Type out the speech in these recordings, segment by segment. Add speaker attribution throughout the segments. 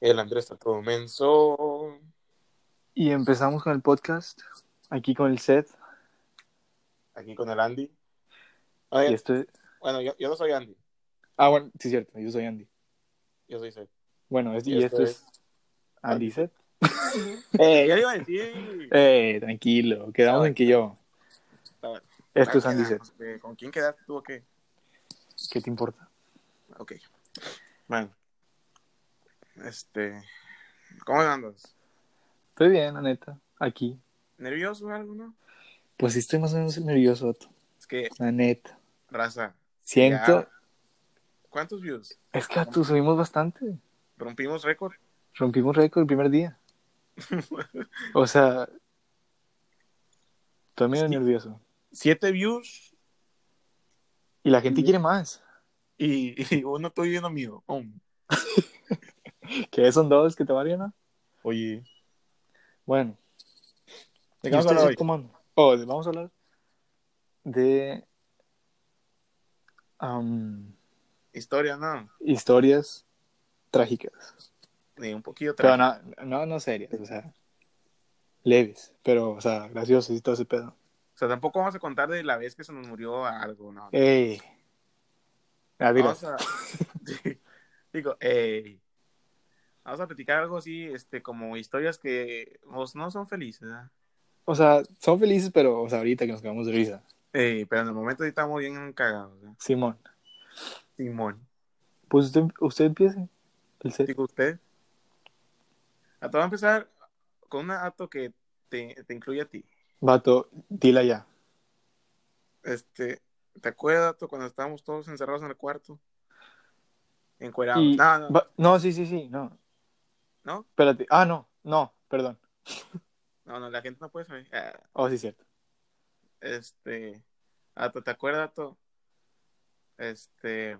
Speaker 1: El Andrés está todo menso.
Speaker 2: Y empezamos con el podcast, aquí con el set.
Speaker 1: Aquí con el Andy. Oye,
Speaker 2: Y este- esto...
Speaker 1: Bueno, yo, yo no soy Andy.
Speaker 2: Ah, bueno, sí, cierto, yo soy Andy.
Speaker 1: Yo soy Seth.
Speaker 2: Bueno, es-
Speaker 1: Y
Speaker 2: y,
Speaker 1: esto
Speaker 2: esto es Andy Set.
Speaker 1: ¡Eh! ¡Ya le iba a decir!
Speaker 2: Eh, tranquilo, quedamos
Speaker 1: Ah,
Speaker 2: en que yo.
Speaker 1: Está bueno.
Speaker 2: Esto es
Speaker 1: Ah,
Speaker 2: Andy
Speaker 1: ¿con-
Speaker 2: Set.
Speaker 1: eh, ¿Con quién quedaste tú o qué? Ah,
Speaker 2: ¿Qué te importa?
Speaker 1: Ok. Bueno. Este. ¿Cómo andas?
Speaker 2: Estoy bien, la neta, aquí.
Speaker 1: ¿Nervioso o algo, no?
Speaker 2: Pues sí estoy más o menos nervioso, vato,
Speaker 1: Es que,
Speaker 2: la neta.
Speaker 1: raza.
Speaker 2: Siento...
Speaker 1: ya- ¿Cuántos views?
Speaker 2: Es que tú subimos bastante.
Speaker 1: ¿Rompimos récord?
Speaker 2: Rompimos récord el primer día. O sea... Estoy medio
Speaker 1: Sí.
Speaker 2: nervioso.
Speaker 1: Siete views
Speaker 2: Y la gente quiere más.
Speaker 1: y, y uno tuyo y uno mío. Oh.
Speaker 2: Que son dos que te valgan, ¿no?
Speaker 1: Oye.
Speaker 2: Bueno.
Speaker 1: ¿De
Speaker 2: ¿De
Speaker 1: qué vamos a hablar hoy?
Speaker 2: Oh, de- vamos a hablar de am,
Speaker 1: Historia, no.
Speaker 2: historias trágicas.
Speaker 1: Ni un poquito
Speaker 2: Pero
Speaker 1: atrás.
Speaker 2: no, no, no serias, o sea, leves, pero, o sea, graciosas y todo ese pedo.
Speaker 1: O sea, tampoco vamos a contar de la vez que se nos murió algo, no.
Speaker 2: ¡Ey! Ah, mira,
Speaker 1: Vamos a... Sí. Digo, ey. Vamos a platicar algo así, este, como historias que pues, no son felices, ¿verdad?
Speaker 2: o sea, son felices, pero, o sea, ahorita que nos quedamos de risa.
Speaker 1: Ey, pero en el momento ahorita estamos bien cagados, ¿verdad?
Speaker 2: Simón,
Speaker 1: Simón.
Speaker 2: pues usted, usted empiece. El set.
Speaker 1: Digo, usted. Ah, A todo empezar con un acto que te, te incluye a ti.
Speaker 2: Vato, dila ya.
Speaker 1: Este, ¿te acuerdas tú, cuando estábamos todos encerrados en el cuarto? Encuerados.
Speaker 2: Y-
Speaker 1: No, no,
Speaker 2: va- no, sí, sí, sí, no.
Speaker 1: Ah. ¿No?
Speaker 2: Espérate. Ah, no, no, perdón.
Speaker 1: no, no, la gente no puede saber. Ah,
Speaker 2: Oh, sí, cierto.
Speaker 1: Este, Ato, ¿te acuerdas, Ato? Este,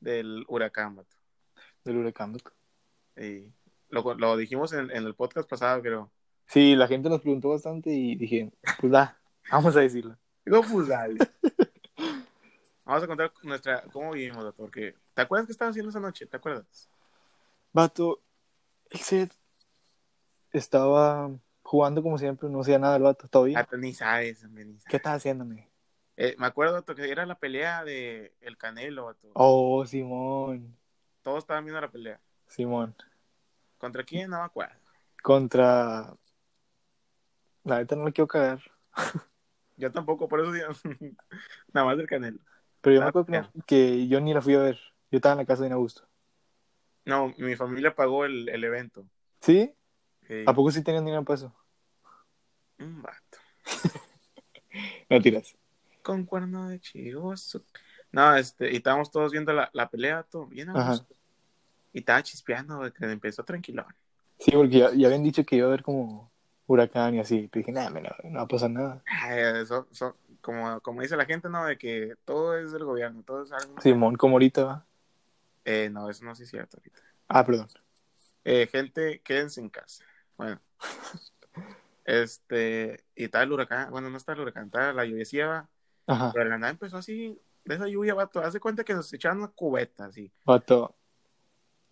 Speaker 1: del huracán, vato.
Speaker 2: Del huracán, vato.
Speaker 1: Y lo, lo dijimos en, en el podcast pasado, creo.
Speaker 2: Sí, la gente nos preguntó bastante y dije, pues da, vamos a decirlo.
Speaker 1: Digo, pues dale. Vamos a contar nuestra, cómo vivimos, Ato, porque, ¿te acuerdas qué estabas haciendo esa noche? ¿Te acuerdas?
Speaker 2: Vato, el set estaba jugando como siempre, no hacía nada el vato, ¿todo bien?
Speaker 1: Ato, ni sabes, hombre, ni sabes.
Speaker 2: ¿Qué estás haciéndome?
Speaker 1: Eh, me acuerdo, Ato, que era la pelea de El Canelo, Ato.
Speaker 2: Oh, Simón,
Speaker 1: Todos estaban viendo la pelea.
Speaker 2: Simón.
Speaker 1: ¿Contra quién? No me acuerdo.
Speaker 2: Contra... La neta no le quiero cagar,
Speaker 1: Yo tampoco, por eso digo, nada más del Canelo.
Speaker 2: pero yo
Speaker 1: Ah,
Speaker 2: me acuerdo que, no- que yo ni la fui a ver, yo estaba en la casa de Augusto.
Speaker 1: No, mi familia pagó el, el evento.
Speaker 2: ¿Sí?
Speaker 1: Sí.
Speaker 2: ¿A poco sí tenían dinero para eso?
Speaker 1: Un vato.
Speaker 2: No tiras.
Speaker 1: Con cuerno de chigoso. No, este, y estábamos todos viendo la, la pelea, todo bien a
Speaker 2: Ajá.
Speaker 1: gusto. Y estaba chispeando, güey, que empezó tranquilón.
Speaker 2: Sí, porque ya, ya habían dicho que iba a haber como huracán y así, pero dije, nada, no, no va a pasar nada.
Speaker 1: Ay, eso- eso- como, como dice la gente, ¿no? De que todo es del gobierno, todo es algo.
Speaker 2: Simón, como ahorita va.
Speaker 1: Eh, no, eso no sí es cierto ahorita.
Speaker 2: Ah, perdón.
Speaker 1: Eh, gente, quédense en casa. Bueno. Este, y estaba el huracán, bueno, no estaba el huracán, estaba la lluviecilla, va.
Speaker 2: Ajá.
Speaker 1: pero de la nada empezó así, de esa lluvia, vato, haz de cuenta que nos echaron una cubeta, así.
Speaker 2: Vato.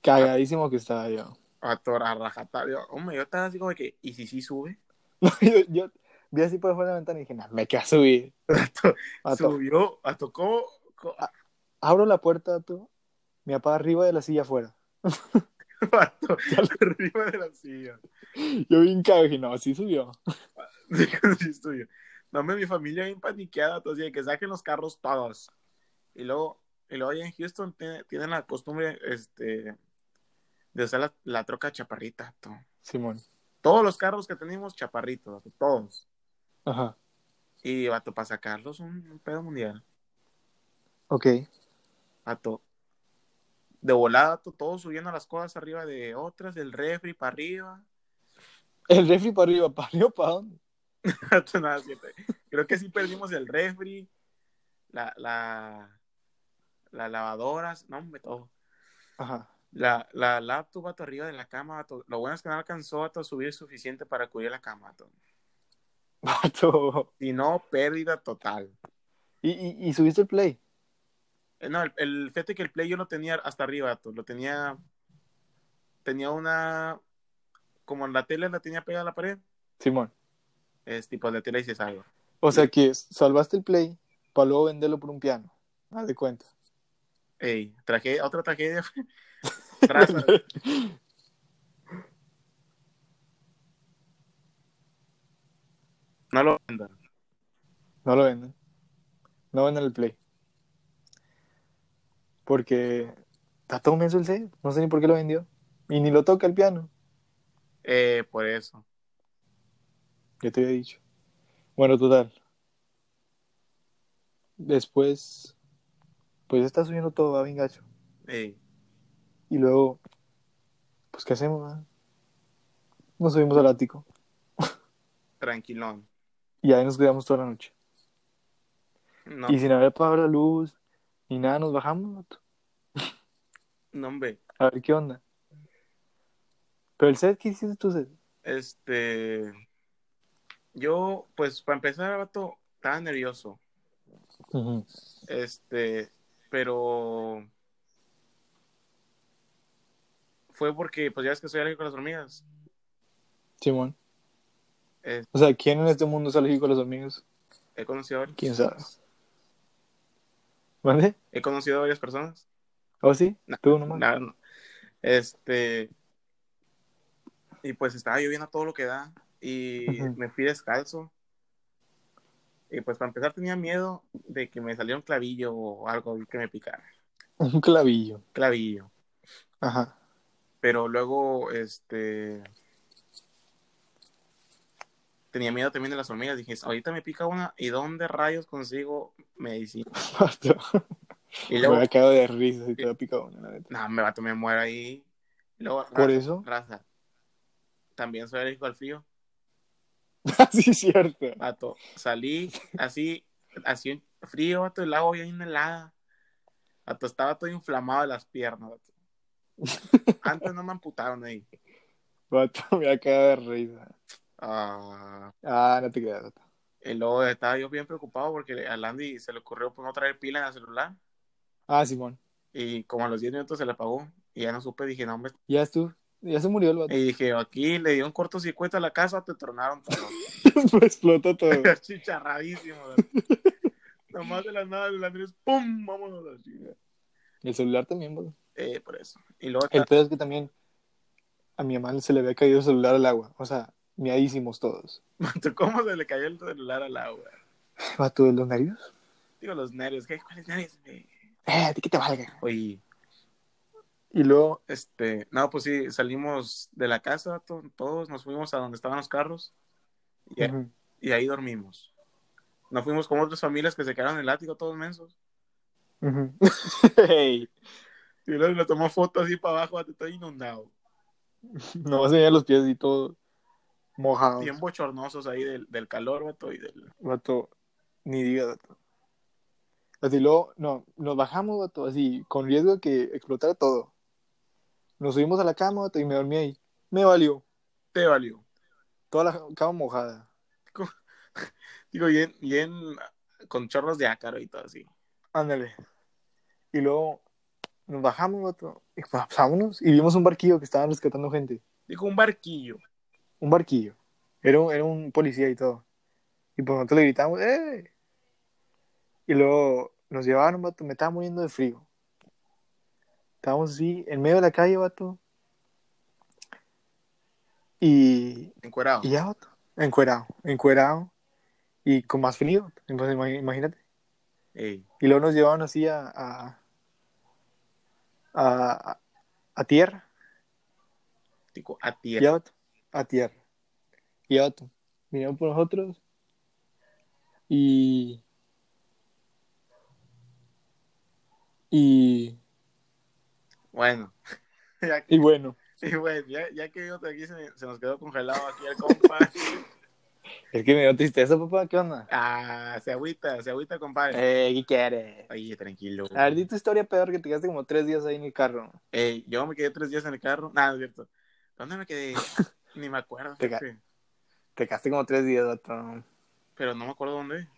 Speaker 2: Cagadísimo que estaba yo.
Speaker 1: a tora- a rajatabla. Yo, Hombre, yo estaba así como de que, ¿y si sí sube?
Speaker 2: yo, yo vi así por fuera de la ventana y dije, nah, me queda subir. Vato,
Speaker 1: Subió, a tocó. co-
Speaker 2: abro la puerta, tú. Mi papá arriba de la silla afuera.
Speaker 1: vato, arriba de la silla.
Speaker 2: Yo bien cagado y dije, no, sí subió.
Speaker 1: Sí, subió. No, hombre, mi familia bien paniqueada, todo así de que saquen los carros todos. Y luego, y luego allá en Houston tiene- tienen la costumbre este, de usar la, la troca chaparrita. to.
Speaker 2: Simón.
Speaker 1: Todos los carros que tenemos chaparritos, vato, todos.
Speaker 2: Ajá.
Speaker 1: Y, vato, para sacarlos, un, un pedo mundial.
Speaker 2: Ok.
Speaker 1: Vato, de volada, vato, todos subiendo las cosas arriba de otras, del refri para arriba.
Speaker 2: El refri para arriba, para arriba, para dónde.
Speaker 1: Vato, nada, siete. Creo que sí perdimos el refri, la, la, la lavadora, no, hombre, todo.
Speaker 2: Ajá.
Speaker 1: La, la laptop, vato, arriba de la cama, vato. Lo bueno es que no alcanzó, vato, a subir suficiente para cubrir la cama, vato.
Speaker 2: Vato.
Speaker 1: Si no, pérdida total.
Speaker 2: ¿Y, y, y subiste el play?
Speaker 1: Eh, No, el, el- fíjate que el play yo lo tenía hasta arriba, vato. Lo tenía tenía una, como en la tele la tenía pegada a la pared,
Speaker 2: Simón.
Speaker 1: es tipo la tele dices algo.
Speaker 2: O sea que salvaste el play para luego venderlo por un piano. Haz de cuenta.
Speaker 1: Ey, tragedia, otra tragedia. Traza. No lo vendan.
Speaker 2: No lo venden. No venden el Play. Porque está todo menso el set. No sé ni por qué lo vendió. Y ni lo toca el piano.
Speaker 1: Eh, por eso.
Speaker 2: Yo te había dicho. Bueno, total. Después, pues está subiendo todo, va bien gacho.
Speaker 1: Ey,
Speaker 2: Y luego, pues ¿qué hacemos? va? Nos subimos al ático.
Speaker 1: tranquilón.
Speaker 2: Y ahí nos quedamos toda la noche.
Speaker 1: No,
Speaker 2: Y sin haber pagado la luz, ni nada, nos bajamos. vato.
Speaker 1: no, hombre.
Speaker 2: A ver qué onda. Pero el set, ¿qué hiciste tú, set?
Speaker 1: Este. Yo, pues, para empezar, vato, estaba nervioso.
Speaker 2: Ujú.
Speaker 1: Este, pero fue porque, pues ya ves que soy alérgico a las hormigas.
Speaker 2: Simón.
Speaker 1: Eh.
Speaker 2: O sea, ¿quién en este mundo es alérgico a los amigos?
Speaker 1: He conocido a varias,
Speaker 2: ¿Quién sabe? ¿Vale?
Speaker 1: he conocido a varias personas.
Speaker 2: ¿O sí?
Speaker 1: No,
Speaker 2: ¿Tú nomás?
Speaker 1: Nada, no. Este, y pues estaba lloviendo a todo lo que da y
Speaker 2: Ujú.
Speaker 1: me fui descalzo. Y pues para empezar tenía miedo de que me saliera un clavillo o algo que me picara.
Speaker 2: Un clavillo.
Speaker 1: Clavillo.
Speaker 2: Ajá.
Speaker 1: Pero luego, este. Tenía miedo también de las hormigas. Dije, ahorita me pica una, ¿y dónde rayos consigo medicina?
Speaker 2: Vato,
Speaker 1: Y
Speaker 2: Me voy
Speaker 1: luego,
Speaker 2: a caer de risa si te voy a picar una, la neta.
Speaker 1: no, me va a tomar muera ahí. Y luego, raza,
Speaker 2: Por eso.
Speaker 1: raza. También soy alérgico al frío.
Speaker 2: Ah, sí, es cierto.
Speaker 1: Vato, salí así, así un frío, vato, el agua bien helada. Vato, estaba todo inflamado de las piernas, vato. Antes no me amputaron ahí.
Speaker 2: Vato, me voy a caer de risa.
Speaker 1: Ah,
Speaker 2: Ah, no te creas, vato.
Speaker 1: Y luego estaba yo bien preocupado porque a Landy se le ocurrió pues, no traer pila en el celular.
Speaker 2: Ah, Simón.
Speaker 1: Y como a los 10 minutos se la apagó. Y ya no supe, dije, no, hombre.
Speaker 2: Ya estuvo. Ya se murió el vato.
Speaker 1: Y dije, aquí le dio un cortocircuito a la casa, te tronaron todo.
Speaker 2: Explotó todo.
Speaker 1: Chicharradísimo. Nomás de la nada, el Andrés, ¡pum! Vámonos a la chingada.
Speaker 2: El celular también, vato.
Speaker 1: Eh, por eso. Y luego,
Speaker 2: El pedo es que también a mi mamá se le había caído el celular al agua. O sea, miadísimos todos.
Speaker 1: tanto, ¿cómo se le cayó el celular al agua?
Speaker 2: Vato, de los nervios.
Speaker 1: Digo, los nervios. ¿Qué? ¿Cuáles nervios? güey?
Speaker 2: Eh, ¿de qué te valga?
Speaker 1: Oye,
Speaker 2: Y luego
Speaker 1: este, no, pues sí, salimos de la casa, to- todos nos fuimos a donde estaban los carros. Y,
Speaker 2: Ujú.
Speaker 1: y ahí dormimos. Nos fuimos con otras familias que se quedaron en el ático todos mensos.
Speaker 2: Ey,
Speaker 1: Y luego le tomó fotos así para abajo, está inundado.
Speaker 2: no se veían los pies y todo mojados.
Speaker 1: Bien bochornosos ahí del, del calor, vato, y del...
Speaker 2: Vato, ni digas, vato. Así luego, no, nos bajamos, vato, así, con riesgo de que explotara todo. Nos subimos a la cama, vato, y me dormí ahí. Me valió.
Speaker 1: Te valió.
Speaker 2: Toda la cama mojada.
Speaker 1: Digo, y en, y en- con chorros de ácaro y todo así.
Speaker 2: Ándale. Y luego nos bajamos, vato, y pues, vámonos, y vimos un barquillo que estaban rescatando gente.
Speaker 1: Dijo, un barquillo.
Speaker 2: un barquillo. Era un, era un policía y todo. Y pues nosotros le gritamos, ¡eh! Y luego nos llevaron, vato, me estaba muriendo de frío. Estábamos así, en medio de la calle, vato. Y,
Speaker 1: Encuerado.
Speaker 2: y ya, vato, encuerado, encuerado. Y con más frío, vato. Entonces, imagi- imagínate.
Speaker 1: Ey,
Speaker 2: Y luego nos llevaron así a, a, a, a tierra.
Speaker 1: dijo, a
Speaker 2: Y
Speaker 1: tierra.
Speaker 2: ya, vato, a tierra. Y ya, vato, vinieron por nosotros. Y. Y.
Speaker 1: Bueno. ya, que-
Speaker 2: Y bueno,
Speaker 1: y bueno, ya, ya que yo aquí se, se nos quedó congelado aquí el compa.
Speaker 2: es que me dio tristeza, papá. ¿Qué onda?
Speaker 1: ah, se agüita, se agüita, compadre.
Speaker 2: Eh, ¿qué quieres?
Speaker 1: Oye, tranquilo.
Speaker 2: A ver, di tu historia peor que te quedaste como tres días ahí en el carro.
Speaker 1: Ey, yo me quedé tres días en el carro. Nada, es cierto. ¿Dónde me quedé? Ni me acuerdo.
Speaker 2: Te ca-
Speaker 1: fíjate.
Speaker 2: Te quedaste como tres días, vato.
Speaker 1: Pero no me acuerdo dónde.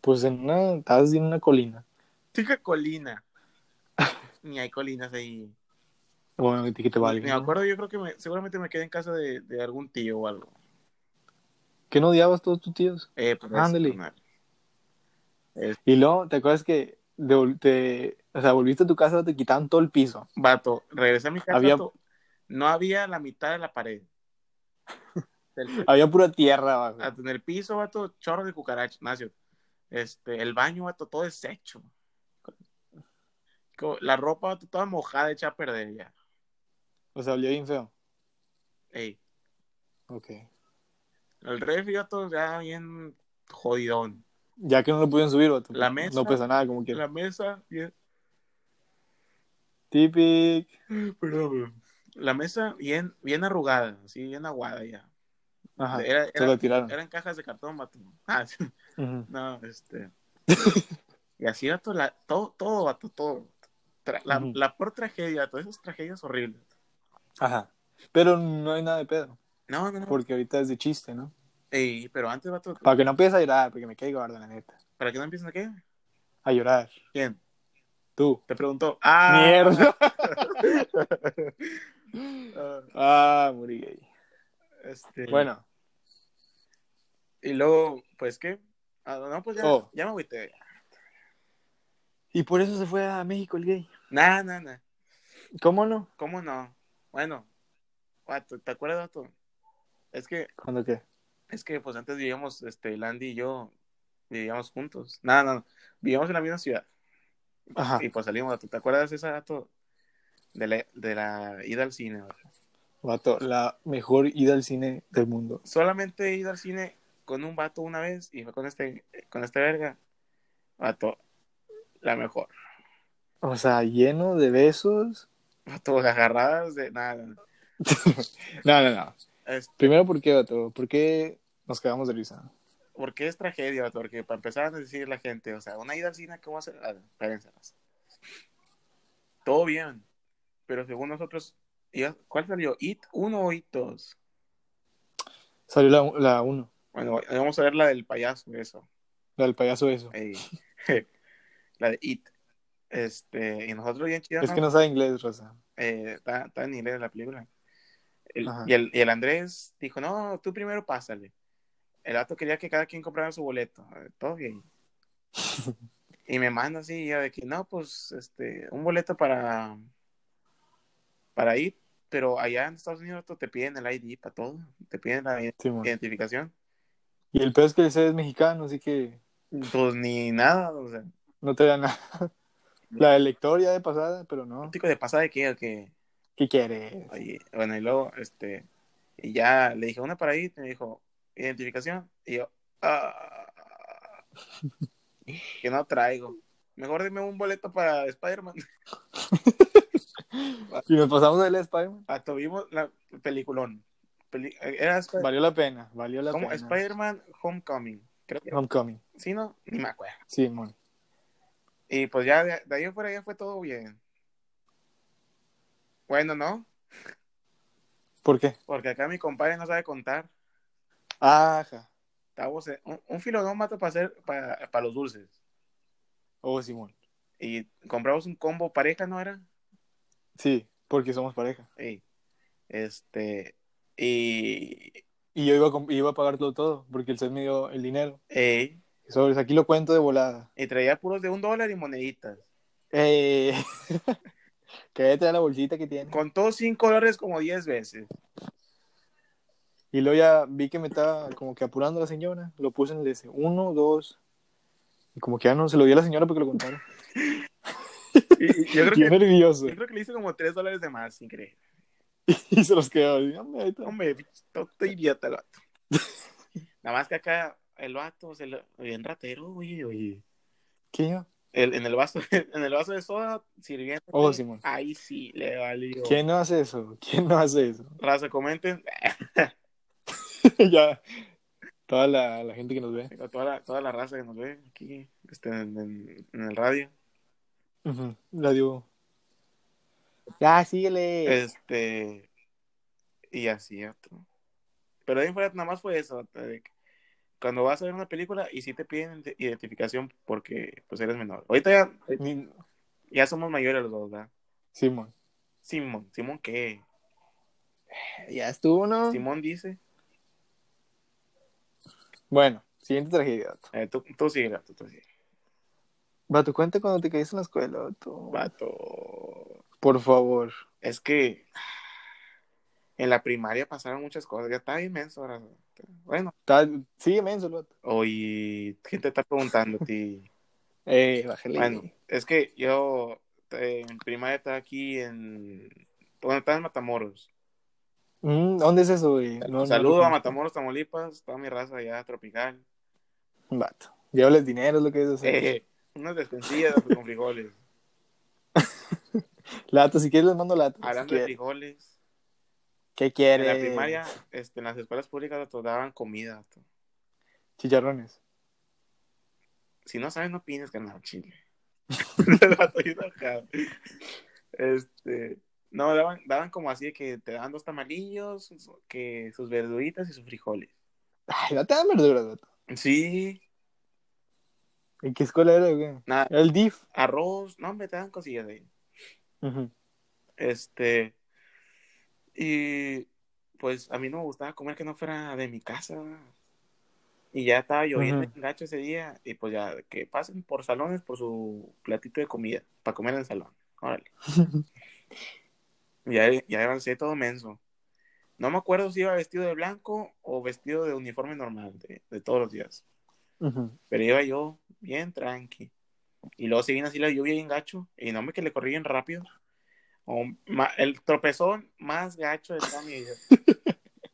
Speaker 2: Pues en una. Estabas en una colina.
Speaker 1: Chica colina. Ni hay colinas ahí.
Speaker 2: Bueno, que te, que te valga.
Speaker 1: Me acuerdo, yo creo que me- seguramente me quedé en casa de, de algún tío o algo.
Speaker 2: ¿Que no odiabas todos tus tíos?
Speaker 1: Eh, pues,
Speaker 2: Ándale.
Speaker 1: carnal.
Speaker 2: Y luego, ¿te acuerdas que devol- te, o sea, volviste a tu casa te quitaban todo el piso?
Speaker 1: Vato, regresé a mi casa.
Speaker 2: Había-
Speaker 1: to- No había la mitad de la pared. Del-
Speaker 2: Había pura tierra abajo.
Speaker 1: hasta en el piso, vato, chorro de cucarachas, nacio. Este, el baño, vato, todo deshecho. Co- La ropa, vato, toda mojada, hecha a perder ya.
Speaker 2: O sea, olía bien feo.
Speaker 1: Ey,
Speaker 2: Ok.
Speaker 1: el refri, vato, ya bien jodidón.
Speaker 2: Ya que no lo pudieron subir, vato,
Speaker 1: La mesa-
Speaker 2: no pesa nada, como quieras.
Speaker 1: La mesa, bien.
Speaker 2: Típic.
Speaker 1: Perdón, güey. La mesa bien, bien arrugada, así, bien aguada ya.
Speaker 2: Ajá.
Speaker 1: Era-
Speaker 2: Se
Speaker 1: era-
Speaker 2: lo tiraron.
Speaker 1: eran cajas de cartón, vato. Ah, sí.
Speaker 2: Ujú.
Speaker 1: No, este. y así, vato, la, todo, todo, vato, todo. Tra- la,
Speaker 2: Ujú.
Speaker 1: la peor tragedia, todas esas tragedias horribles.
Speaker 2: Ajá. Pero no hay nada de pedo.
Speaker 1: No, no, no.
Speaker 2: Porque ahorita es de chiste, ¿no?
Speaker 1: Ey, pero antes, vato,
Speaker 2: Para que no empieces a llorar, porque me caigo gordo, la neta.
Speaker 1: ¿para qué no empiezan a qué?
Speaker 2: A llorar.
Speaker 1: ¿Quién?
Speaker 2: Tú.
Speaker 1: Te preguntó. ¡Ah!
Speaker 2: Mierda.
Speaker 1: Ah,
Speaker 2: Ah, morí gay.
Speaker 1: este,
Speaker 2: Bueno,
Speaker 1: Y luego, pues, ¿qué? Ah, no, pues ya,
Speaker 2: Oh.
Speaker 1: ya me agüité.
Speaker 2: y por eso se fue a México el gay.
Speaker 1: Nah, nah, nah.
Speaker 2: ¿Cómo no?
Speaker 1: ¿Cómo no? Bueno, vato, ¿te acuerdas, vato? Es que,
Speaker 2: ¿Cuándo qué?
Speaker 1: es que, pues, antes vivíamos, este, Landy y yo vivíamos juntos. Nada, nada, vivíamos en la misma ciudad.
Speaker 2: Ajá.
Speaker 1: Y pues salimos, vato. ¿Te acuerdas esa dato de la, de la ida al cine? vato?
Speaker 2: Vato, la mejor ida al cine del mundo.
Speaker 1: Solamente he ido al cine con un vato una vez y fue con este, con esta verga. Vato, la mejor.
Speaker 2: O sea, lleno de besos.
Speaker 1: Vato, agarradas de nada.
Speaker 2: No, no, no.
Speaker 1: Es,
Speaker 2: Primero, ¿por qué, vato? ¿Por qué nos cagamos de risa?
Speaker 1: porque es tragedia, vato, porque para empezar a decir la gente, o sea, una ida al cine, ¿cómo hacer? Espérenselas. Todo bien, pero según nosotros, iba- ¿cuál salió? ¿It 1 o It 2?
Speaker 2: Salió la, la uno,
Speaker 1: Bueno, vamos a ver la del payaso, eso.
Speaker 2: la del payaso eso.
Speaker 1: Ey. la de It. Este, y nosotros bien chido,
Speaker 2: Es que no sabe inglés, Rosa.
Speaker 1: Eh, está, está en inglés la película. El-
Speaker 2: Ajá.
Speaker 1: y, el, y el Andrés dijo, no, tú primero pásale. El gato quería que cada quien comprara su boleto. Eh, Todo bien. y me manda así, ya de que, no, pues, este, un boleto para, para It, pero allá en Estados Unidos vato, te piden el ID para todo, te piden la
Speaker 2: Simón.
Speaker 1: identificación.
Speaker 2: Y el peor es que ese es mexicano, así que
Speaker 1: Pues ni nada, o sea, un
Speaker 2: no te da nada. La del lector ya de pasada, pero no.
Speaker 1: tico de pasada de que, o que
Speaker 2: ¿Qué quieres?
Speaker 1: Oye, bueno, y luego, este, y ya le dije una para ahí, y me dijo, identificación, y yo, ah, que no traigo. Mejor dime un boleto para Spider-Man.
Speaker 2: Y nos pasamos del Spider-Man.
Speaker 1: Hasta vimos Ah, la peliculón. Peli- era Sp-
Speaker 2: Valió la pena, valió la
Speaker 1: como
Speaker 2: pena.
Speaker 1: Spider-Man Homecoming, creo que,
Speaker 2: Homecoming.
Speaker 1: sí, no, ni me acuerdo.
Speaker 2: Simón.
Speaker 1: Y pues ya de, de ahí por allá fue todo bien. Bueno, ¿no?
Speaker 2: ¿Por qué?
Speaker 1: Porque acá mi compadre no sabe contar.
Speaker 2: Ajá.
Speaker 1: Estábamos en- un, un filodón mata para hacer, para, para los dulces.
Speaker 2: Oh, Simón.
Speaker 1: Y compramos un combo pareja, ¿no era?
Speaker 2: Sí, porque somos pareja.
Speaker 1: Sí. Este. Y.
Speaker 2: Y yo iba a, com- iba a pagarlo todo, porque el set me dio el dinero.
Speaker 1: ey,
Speaker 2: Sobres, pues, aquí lo cuento de volada.
Speaker 1: y traía puros de un dólar y moneditas.
Speaker 2: Eh... Quédate de la bolsita que tiene.
Speaker 1: Contó cinco dólares como diez veces.
Speaker 2: Y luego ya vi que me estaba como que apurando la señora. Lo puse en el S. Uno, dos. Y como que ya no se lo di a la señora porque lo contaron.
Speaker 1: Y- y yo, creo
Speaker 2: Yo
Speaker 1: que,
Speaker 2: nervioso.
Speaker 1: yo creo que le hice como tres dólares de más, sin creer.
Speaker 2: Y se los quedó. Y, "Hombre, ahí está".
Speaker 1: Hombre, pinche tonto idiota el vato. Nada más que acá el vato se lo- bien ratero, oye, oye.
Speaker 2: ¿Qué yo?
Speaker 1: El- en, el vaso, en el vaso de soda sirviendo.
Speaker 2: Oh, Simón.
Speaker 1: Ahí sí, le valió.
Speaker 2: ¿Quién no hace eso? ¿Quién no hace eso?
Speaker 1: Raza, comenten.
Speaker 2: ya. Toda la, la gente que nos ve.
Speaker 1: A toda la, toda la raza que nos ve aquí este, en, en- en el radio.
Speaker 2: La Eh, digo. Ya, síguele.
Speaker 1: Este. Y así, otro. Pero ahí en fuera nada más fue eso. vato, de que Cuando vas a ver una película y si te piden ide- identificación porque pues eres menor. Ahorita ya,
Speaker 2: Ni-
Speaker 1: ya somos mayores los dos, ¿verdad?
Speaker 2: Simón.
Speaker 1: Simón, Simón, ¿qué?
Speaker 2: Ya estuvo, ¿no?
Speaker 1: Simón dice.
Speaker 2: Bueno, siguiente tragedia, vato.
Speaker 1: Eh, tú, tú sigue, vato, tú sigue.
Speaker 2: Vato, cuenta cuando te caíste en la escuela, vato.
Speaker 1: Vato.
Speaker 2: Por favor.
Speaker 1: Es que en la primaria pasaron muchas cosas. Ya está inmenso ahora. Bueno,
Speaker 2: Está- Sigue menso el vato.
Speaker 1: hoy gente está preguntando a ti.
Speaker 2: Eh, bájale.
Speaker 1: Bueno, es que yo eh, en primaria estaba aquí en. Bueno, estaba en Matamoros.
Speaker 2: Mm, ¿Dónde es eso, güey? No, no
Speaker 1: Saludo
Speaker 2: lo
Speaker 1: a
Speaker 2: conozco.
Speaker 1: Matamoros, Tamaulipas, toda mi raza allá tropical.
Speaker 2: Vato. Llévales dinero, es lo que es hacer.
Speaker 1: Eh, unas despensillas con frijoles.
Speaker 2: Lata, si quieres les mando lata. si
Speaker 1: Hablando de
Speaker 2: quieres.
Speaker 1: frijoles,
Speaker 2: ¿Qué
Speaker 1: en
Speaker 2: quieres?
Speaker 1: la primaria, este, en las escuelas públicas te daban comida. vato.
Speaker 2: Chicharrones.
Speaker 1: Si no sabes, no opines, carnal, chile. El vato bien enojado. este, no, daban, daban como así de que te daban dos tamalillos, su- que sus verduritas y sus frijoles.
Speaker 2: Ay, no te dan verduras, vato.
Speaker 1: Sí,
Speaker 2: ¿En qué escuela era, güey?
Speaker 1: nada,
Speaker 2: Era El DIF.
Speaker 1: arroz, no, me te dan cosillas ahí.
Speaker 2: Ujú.
Speaker 1: Este, y pues a mí no me gustaba comer que no fuera de mi casa. Y ya estaba lloviendo
Speaker 2: Ujú.
Speaker 1: en gacho ese día, y pues ya que pasen por salones por su platito de comida, para comer en el salón. Órale. Ya, ya avancé todo menso. No me acuerdo si iba vestido de blanco o vestido de uniforme normal de, de todos los días.
Speaker 2: Ujú.
Speaker 1: Pero iba yo bien tranqui. Y luego se vino así la lluvia bien gacho. Y no me que le corrí bien rápido. O ma- el tropezón más gacho de toda mi vida.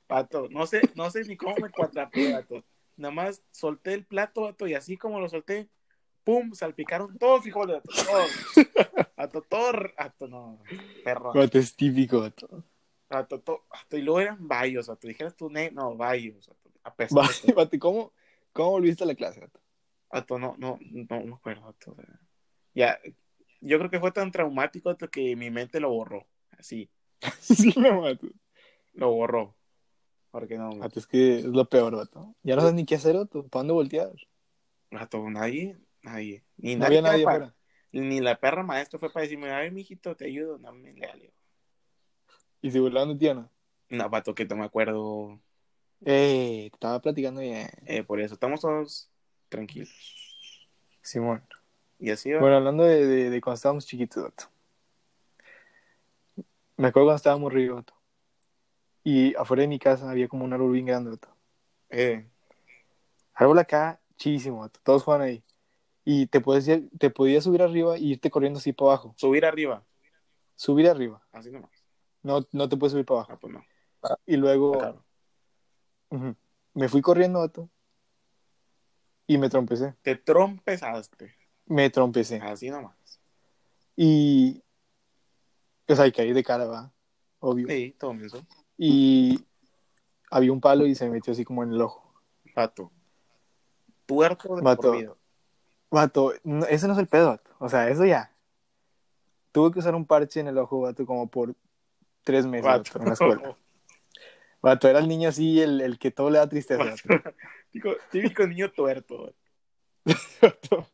Speaker 1: Pato, no sé, no sé ni cómo me cuatrapeé, pato. Nada más solté el plato, pato, y así como lo solté, ¡pum! Salpicaron todos, frijoles, pato, todos. Pato, todo, pato, no, perro.
Speaker 2: Vato, es típico, vato.
Speaker 1: Pato, to- pato, y luego eran bayos, pato. Dijeras tú, ne- no, bayos, pato.
Speaker 2: Va-
Speaker 1: Apestoso.
Speaker 2: Vato, ¿cómo, ¿cómo volviste a la clase, vato?
Speaker 1: Vato, Ah, no, no, no me acuerdo. vato, o sea, ya, yo creo que fue tan traumático vato, que mi mente lo borró. Así,
Speaker 2: Sí, no, vato.
Speaker 1: lo borró. Porque no,
Speaker 2: Vato, es que es lo peor, vato. Ya no sabes ni qué hacer, vato. ¿Para dónde voltear?
Speaker 1: vato, nadie, nadie. Ni
Speaker 2: No había
Speaker 1: estaba
Speaker 2: nadie
Speaker 1: para-
Speaker 2: afuera.
Speaker 1: Ni la perra maestra fue para decirme, ay, mijito, te ayudo. No, me le valió.
Speaker 2: Y se burlaban de ti, ¿o ¿no?
Speaker 1: No, vato, que no me acuerdo.
Speaker 2: Eh, te estaba platicando bien.
Speaker 1: Eh, por eso, estamos todos tranquilos.
Speaker 2: Simón.
Speaker 1: Y así va.
Speaker 2: Bueno, hablando de, de, de cuando estábamos chiquitos, vato. Me acuerdo cuando estábamos ríos, vato. Y afuera de mi casa había como un árbol bien grande, vato.
Speaker 1: Eh,
Speaker 2: Árbol acá, chísimo, vato. Todos juegan ahí. Y te podías, ir- te podías subir arriba e irte corriendo así para abajo.
Speaker 1: subir arriba.
Speaker 2: Subir arriba.
Speaker 1: Así nomás.
Speaker 2: No, no te puedes subir para abajo.
Speaker 1: Ah, pues no.
Speaker 2: Y luego
Speaker 1: Claro.
Speaker 2: ujú, me fui corriendo, vato. Y me trompecé.
Speaker 1: Te trompezaste.
Speaker 2: Me trompecé.
Speaker 1: Así nomás.
Speaker 2: Y. O sea, y caí de cara, va. Obvio.
Speaker 1: Sí, todo eso.
Speaker 2: Y había un palo y se me metió así como en el ojo.
Speaker 1: Vato. Tuerto de
Speaker 2: Vato.
Speaker 1: por vida.
Speaker 2: Vato, no- ese no es el pedo, vato. O sea, eso ya. Tuve que usar un parche en el ojo, vato, como por tres meses vato, en la escuela. Vato, era el niño así, el, el que todo le da tristeza.
Speaker 1: Vato. Típico, típico niño tuerto.
Speaker 2: vato.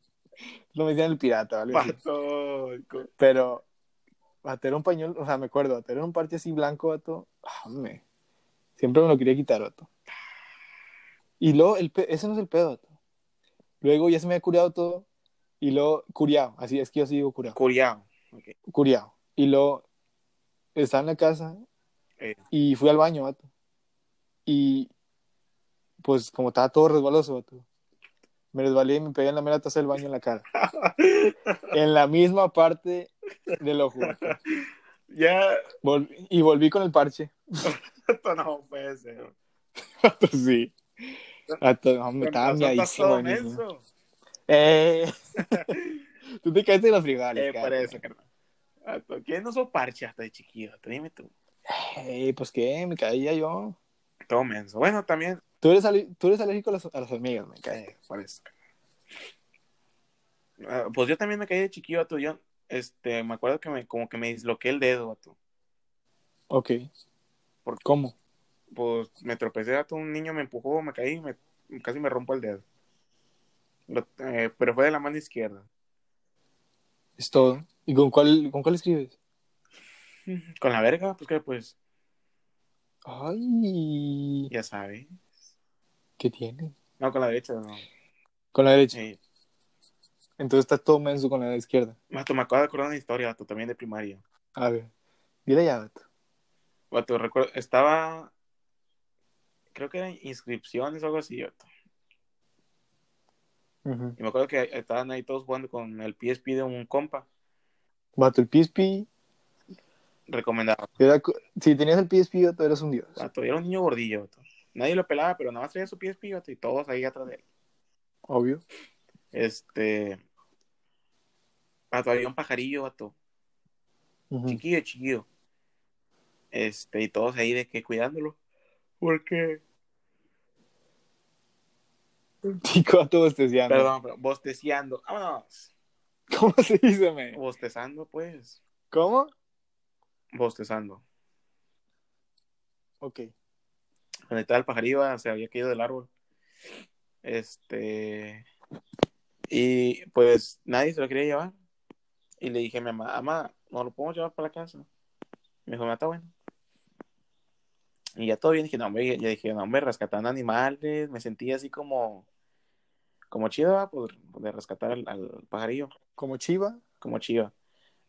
Speaker 2: Lo metían el pirata, ¿vale?
Speaker 1: Vato.
Speaker 2: Pero, vato, era un pañuelo, o sea, me acuerdo, vato, era un parche así blanco, vato. Ah, me- Siempre me lo quería quitar, vato. Y luego, el pe- ese no es el pedo, vato. Luego ya se me había curado todo. Y luego, curiado, así es que yo sí digo curado.
Speaker 1: Curiado.
Speaker 2: Curiado. Y luego, estaba en la casa
Speaker 1: Eh,
Speaker 2: Y fui al baño, vato. Y pues como estaba todo resbaloso, vato. Me resbalé y me pegué en la mera taza del baño en la cara. En la misma parte del ojo. vato.
Speaker 1: ya.
Speaker 2: Vol- y volví con el parche.
Speaker 1: Esto no puede ser.
Speaker 2: Vato, sí. Vato, no, me estaba
Speaker 1: Con razón estás
Speaker 2: miadísimo
Speaker 1: todo
Speaker 2: de niño.
Speaker 1: menso.
Speaker 2: Eh. Tú te caíste en los frijoles,
Speaker 1: Eh, por
Speaker 2: cara.
Speaker 1: eso, carnal. Vato, ¿Quién no usó parche hasta de chiquillo? Vato? Dime tú.
Speaker 2: Eh, pues qué, me caía yo.
Speaker 1: Todo menso. Bueno, también.
Speaker 2: Tú eres, ale- tú eres alérgico a las, a las hormigas, me cae.
Speaker 1: eh, por eso. Ah, pues yo también me caí de chiquillo, vato. Yo, este, me acuerdo que me, como que me disloqué el dedo, vato.
Speaker 2: Ok.
Speaker 1: ¿Por qué?
Speaker 2: ¿Cómo?
Speaker 1: Pues me tropecé, vato. Un niño me empujó, me caí, me, casi me rompo el dedo. Lo- eh, pero fue de la mano izquierda.
Speaker 2: Es todo. ¿Y con cuál, con cuál escribes?
Speaker 1: Con la verga, pues que pues,
Speaker 2: Ay,
Speaker 1: ya sabe.
Speaker 2: ¿qué tiene?
Speaker 1: No, con la derecha, no. Eh,
Speaker 2: Con la derecha.
Speaker 1: Sí.
Speaker 2: Entonces está todo menso con la izquierda.
Speaker 1: Vato, me acabo de acordar de una historia, vato, también de primaria.
Speaker 2: A ver, dile ya, vato.
Speaker 1: Vato, recuerdo, estaba, creo que eran inscripciones o algo así, vato.
Speaker 2: Ujú.
Speaker 1: Y me acuerdo que estaban ahí todos jugando con el PSP de un compa
Speaker 2: Vato, el PSP.
Speaker 1: recomendado.
Speaker 2: Era, co- si tenías el PSP, vato, eras un dios.
Speaker 1: Vato, era un niño gordillo, vato. Nadie lo pelaba, pero nada más traía su PSP, vato, y todos ahí atrás de él.
Speaker 2: Obvio.
Speaker 1: Este, vato, había un pajarillo, vato.
Speaker 2: Ujú.
Speaker 1: chiquillo, chiquillo. Este, y todos ahí de que cuidándolo. Porque,
Speaker 2: Chico, vato bosteciando.
Speaker 1: perdón, pero bosteciando. Vámonos.
Speaker 2: ¿Cómo se dice, me?
Speaker 1: Bostezando, pues.
Speaker 2: ¿Cómo?
Speaker 1: Bostezando.
Speaker 2: Ok.
Speaker 1: Donde estaba el pajarillo, ah, se había caído del árbol. Este. Y pues nadie se lo quería llevar. Y le dije a mi mamá, mamá, ¿no lo podemos llevar para la casa? Me dijo, "No, está bueno. Y ya todo bien, dije, no, hombre, ya dije, no, hombre, rescatando animales, me sentí así como, como chido, ¿va? Por, de rescatar al, al pajarillo,
Speaker 2: ¿Como Chiva?
Speaker 1: como chido.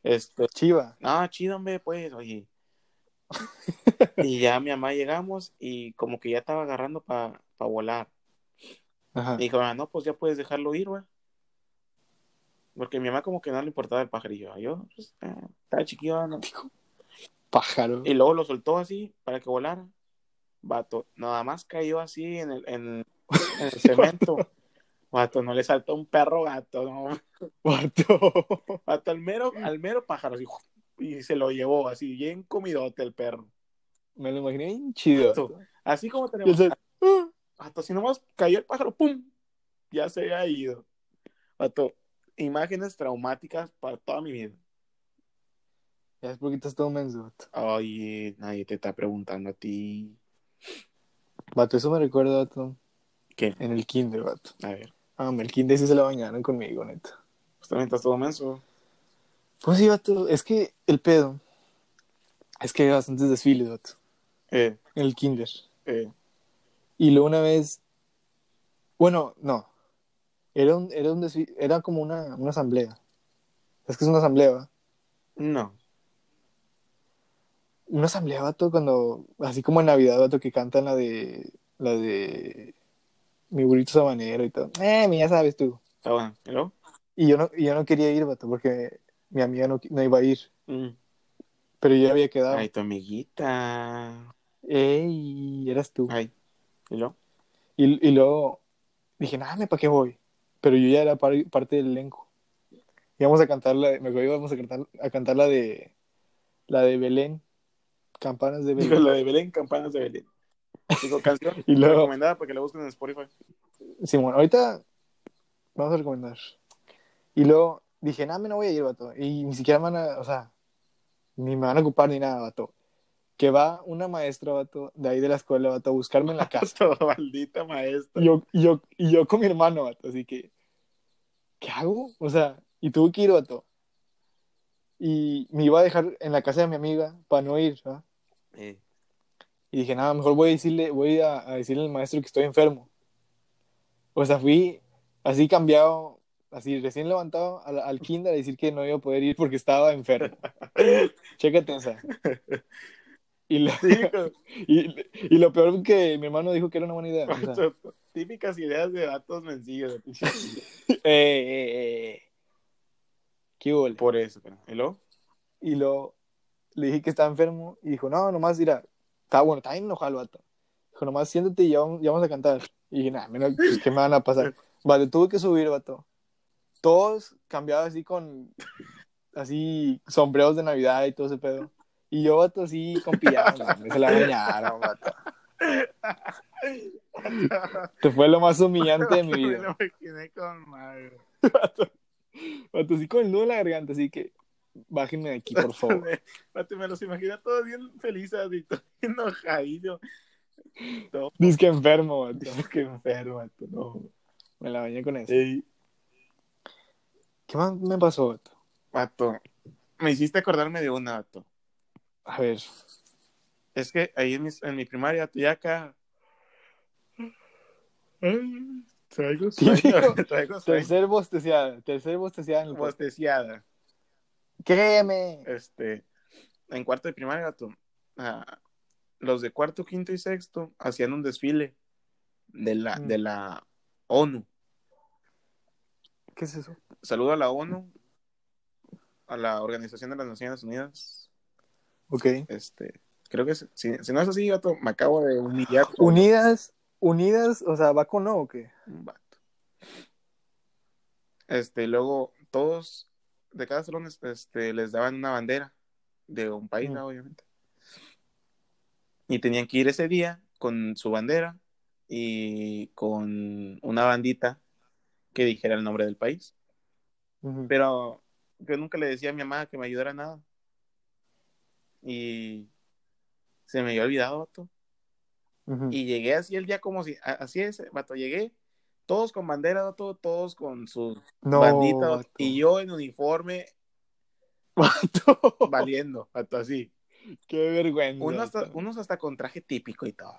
Speaker 1: Este,
Speaker 2: Chiva.
Speaker 1: ah, chido, hombre, pues, oye. y ya mi mamá llegamos y como que ya estaba agarrando para volar.
Speaker 2: Ajá.
Speaker 1: Y dijo, ah, no, pues ya puedes dejarlo ir, güey. Porque a mi mamá como que no le importaba el pajarillo. Yo, pues, ah, estaba chiquillo, no,
Speaker 2: Pájaro.
Speaker 1: Y luego lo soltó así para que volara. Vato, nada más cayó así en el, en, en el cemento. Vato, no le saltó un perro gato, no.
Speaker 2: Vato.
Speaker 1: Vato, al mero, al mero pájaro, así, ¡jup! y se lo llevó así, bien comidote el perro.
Speaker 2: Me lo imaginé bien chido.
Speaker 1: Vato.
Speaker 2: vato.
Speaker 1: Así como
Speaker 2: Y el
Speaker 1: tenemos,
Speaker 2: ser- ¡Ah!
Speaker 1: hasta si nomás cayó el pájaro, ¡pum! Ya se había ido. Vato, imágenes traumáticas para toda mi vida.
Speaker 2: Ya es porque estás todo menso, vato.
Speaker 1: Oye, nadie te está preguntando a ti.
Speaker 2: Vato, eso me recuerda, vato.
Speaker 1: ¿Qué?
Speaker 2: En el kinder, vato.
Speaker 1: A ver,
Speaker 2: Ah, en el kinder sí se la bañaron conmigo, neta.
Speaker 1: pues también estás todo menso.
Speaker 2: Pues sí, vato, es que el pedo es que hay bastantes desfiles, vato,
Speaker 1: Eh,
Speaker 2: en el kinder.
Speaker 1: eh,
Speaker 2: Y luego una vez, bueno, no, era un, era un desfi- era como una, una asamblea. Es que es una asamblea, ¿va?
Speaker 1: no.
Speaker 2: Una asamblea, vato, cuando, así como en Navidad, vato, que cantan la de, la de mi burrito sabanero y todo. Eh, mi, ya sabes tú.
Speaker 1: Está Ah, bueno. ¿Y luego?
Speaker 2: Y yo no, y yo no quería ir, vato, porque mi amiga no, no iba a ir,
Speaker 1: Mm.
Speaker 2: pero yo ya había quedado.
Speaker 1: Ay, tu amiguita.
Speaker 2: Ey, eras tú.
Speaker 1: Ay, ¿y luego?
Speaker 2: Y, y luego dije, nada, ¿para qué voy? Pero yo ya era par- parte del elenco. Íbamos a cantar la de, me acuerdo, íbamos a cantar, a cantar la de, la de Belén, Campanas de
Speaker 1: Digo,
Speaker 2: Belén.
Speaker 1: la de Belén, campanas de Belén. Digo, canción
Speaker 2: Y luego-
Speaker 1: recomendada para que la busquen en Spotify.
Speaker 2: Simón, ahorita vamos a recomendar. Y luego dije, nada, me no voy a ir, vato. Y ni siquiera me van a, o sea, ni me van a ocupar ni nada, vato. Que va una maestra, vato, de ahí de la escuela, vato, a buscarme en la casa.
Speaker 1: Todo, maldita maestra.
Speaker 2: Y yo, y yo, y yo con mi hermano, vato, así que, ¿qué hago? O sea, y tuve que ir, vato. Y me iba a dejar en la casa de mi amiga para no ir, ¿verdad?
Speaker 1: Eh,
Speaker 2: Y dije, nada, mejor voy a decirle, voy a, a decirle al maestro que estoy enfermo. O sea, fui así cambiado, así recién levantado al, al kinder a decir que no iba a poder ir porque estaba enfermo. Chécate esa. Y lo,
Speaker 1: sí, con-
Speaker 2: y, y lo peor que mi hermano dijo que era una buena idea. o sea,
Speaker 1: típicas ideas de datos mencillos. de pinche niño.
Speaker 2: eh, eh, eh. ¿Qué hubo?
Speaker 1: Por eso, pero. ¿Y luego?
Speaker 2: Y lo, le dije que estaba enfermo y dijo, no, nomás dirá, está bueno, está enojado el vato. Dijo, nomás siéntate y ya vamos, ya vamos a cantar. Y dije, nada, menos pues, ¿qué me van a pasar? Vale, tuve que subir, vato. Todos cambiados así con, así, sombreros de Navidad y todo ese pedo. Y yo, vato, así, con pijama, me se la bañaron, vato. Que fue lo más humillante de mi
Speaker 1: Me
Speaker 2: vida.
Speaker 1: lo imaginé con madre.
Speaker 2: Vato, así con el nudo en la garganta, así que, bájenme de aquí, por favor.
Speaker 1: Me, vato, me los imagino a todos bien felices y todo enojadillo.
Speaker 2: Dice que enfermo, vato.
Speaker 1: Qué enfermo, vato, no.
Speaker 2: Me la bañé con eso.
Speaker 1: Ey,
Speaker 2: ¿Qué más me pasó, vato?
Speaker 1: vato, me hiciste acordarme de una, vato.
Speaker 2: A ver.
Speaker 1: Es que ahí en mi, en mi primaria, Tuyaca. Ay, Traigo sueño,
Speaker 2: Típico.
Speaker 1: traigo sueño.
Speaker 2: Tercer bosteciada. Tercer bosteciada en el podcast.
Speaker 1: Bosteciada.
Speaker 2: Créeme.
Speaker 1: Este, en cuarto de primaria, gato, ah, los de cuarto, quinto y sexto hacían un desfile de la,
Speaker 2: Mm.
Speaker 1: de la ONU.
Speaker 2: ¿Qué es eso?
Speaker 1: Saludo a la ONU, a la Organización de las Naciones Unidas.
Speaker 2: Ok.
Speaker 1: Este, creo que si, si no es así, gato, me acabo de humillar.
Speaker 2: Unidas, unidas, o sea, va con no o qué?
Speaker 1: Un vato. Este, y luego todos de cada salón este, les daban una bandera de un país,
Speaker 2: Mm.
Speaker 1: ¿no? obviamente. Y tenían que ir ese día con su bandera y con una bandita que dijera el nombre del país.
Speaker 2: Ujú.
Speaker 1: Pero yo nunca le decía a mi mamá que me ayudara en nada. Y se me había olvidado, vato.
Speaker 2: Ujú.
Speaker 1: Y llegué así el día como si, a- así es, vato, llegué, todos con bandera, vato, todos con sus
Speaker 2: No,
Speaker 1: banditas,
Speaker 2: vato.
Speaker 1: y yo en uniforme,
Speaker 2: Vato,
Speaker 1: valiendo, vato, así.
Speaker 2: Qué vergüenza.
Speaker 1: Unos hasta,
Speaker 2: vato.
Speaker 1: unos hasta con traje típico y todo.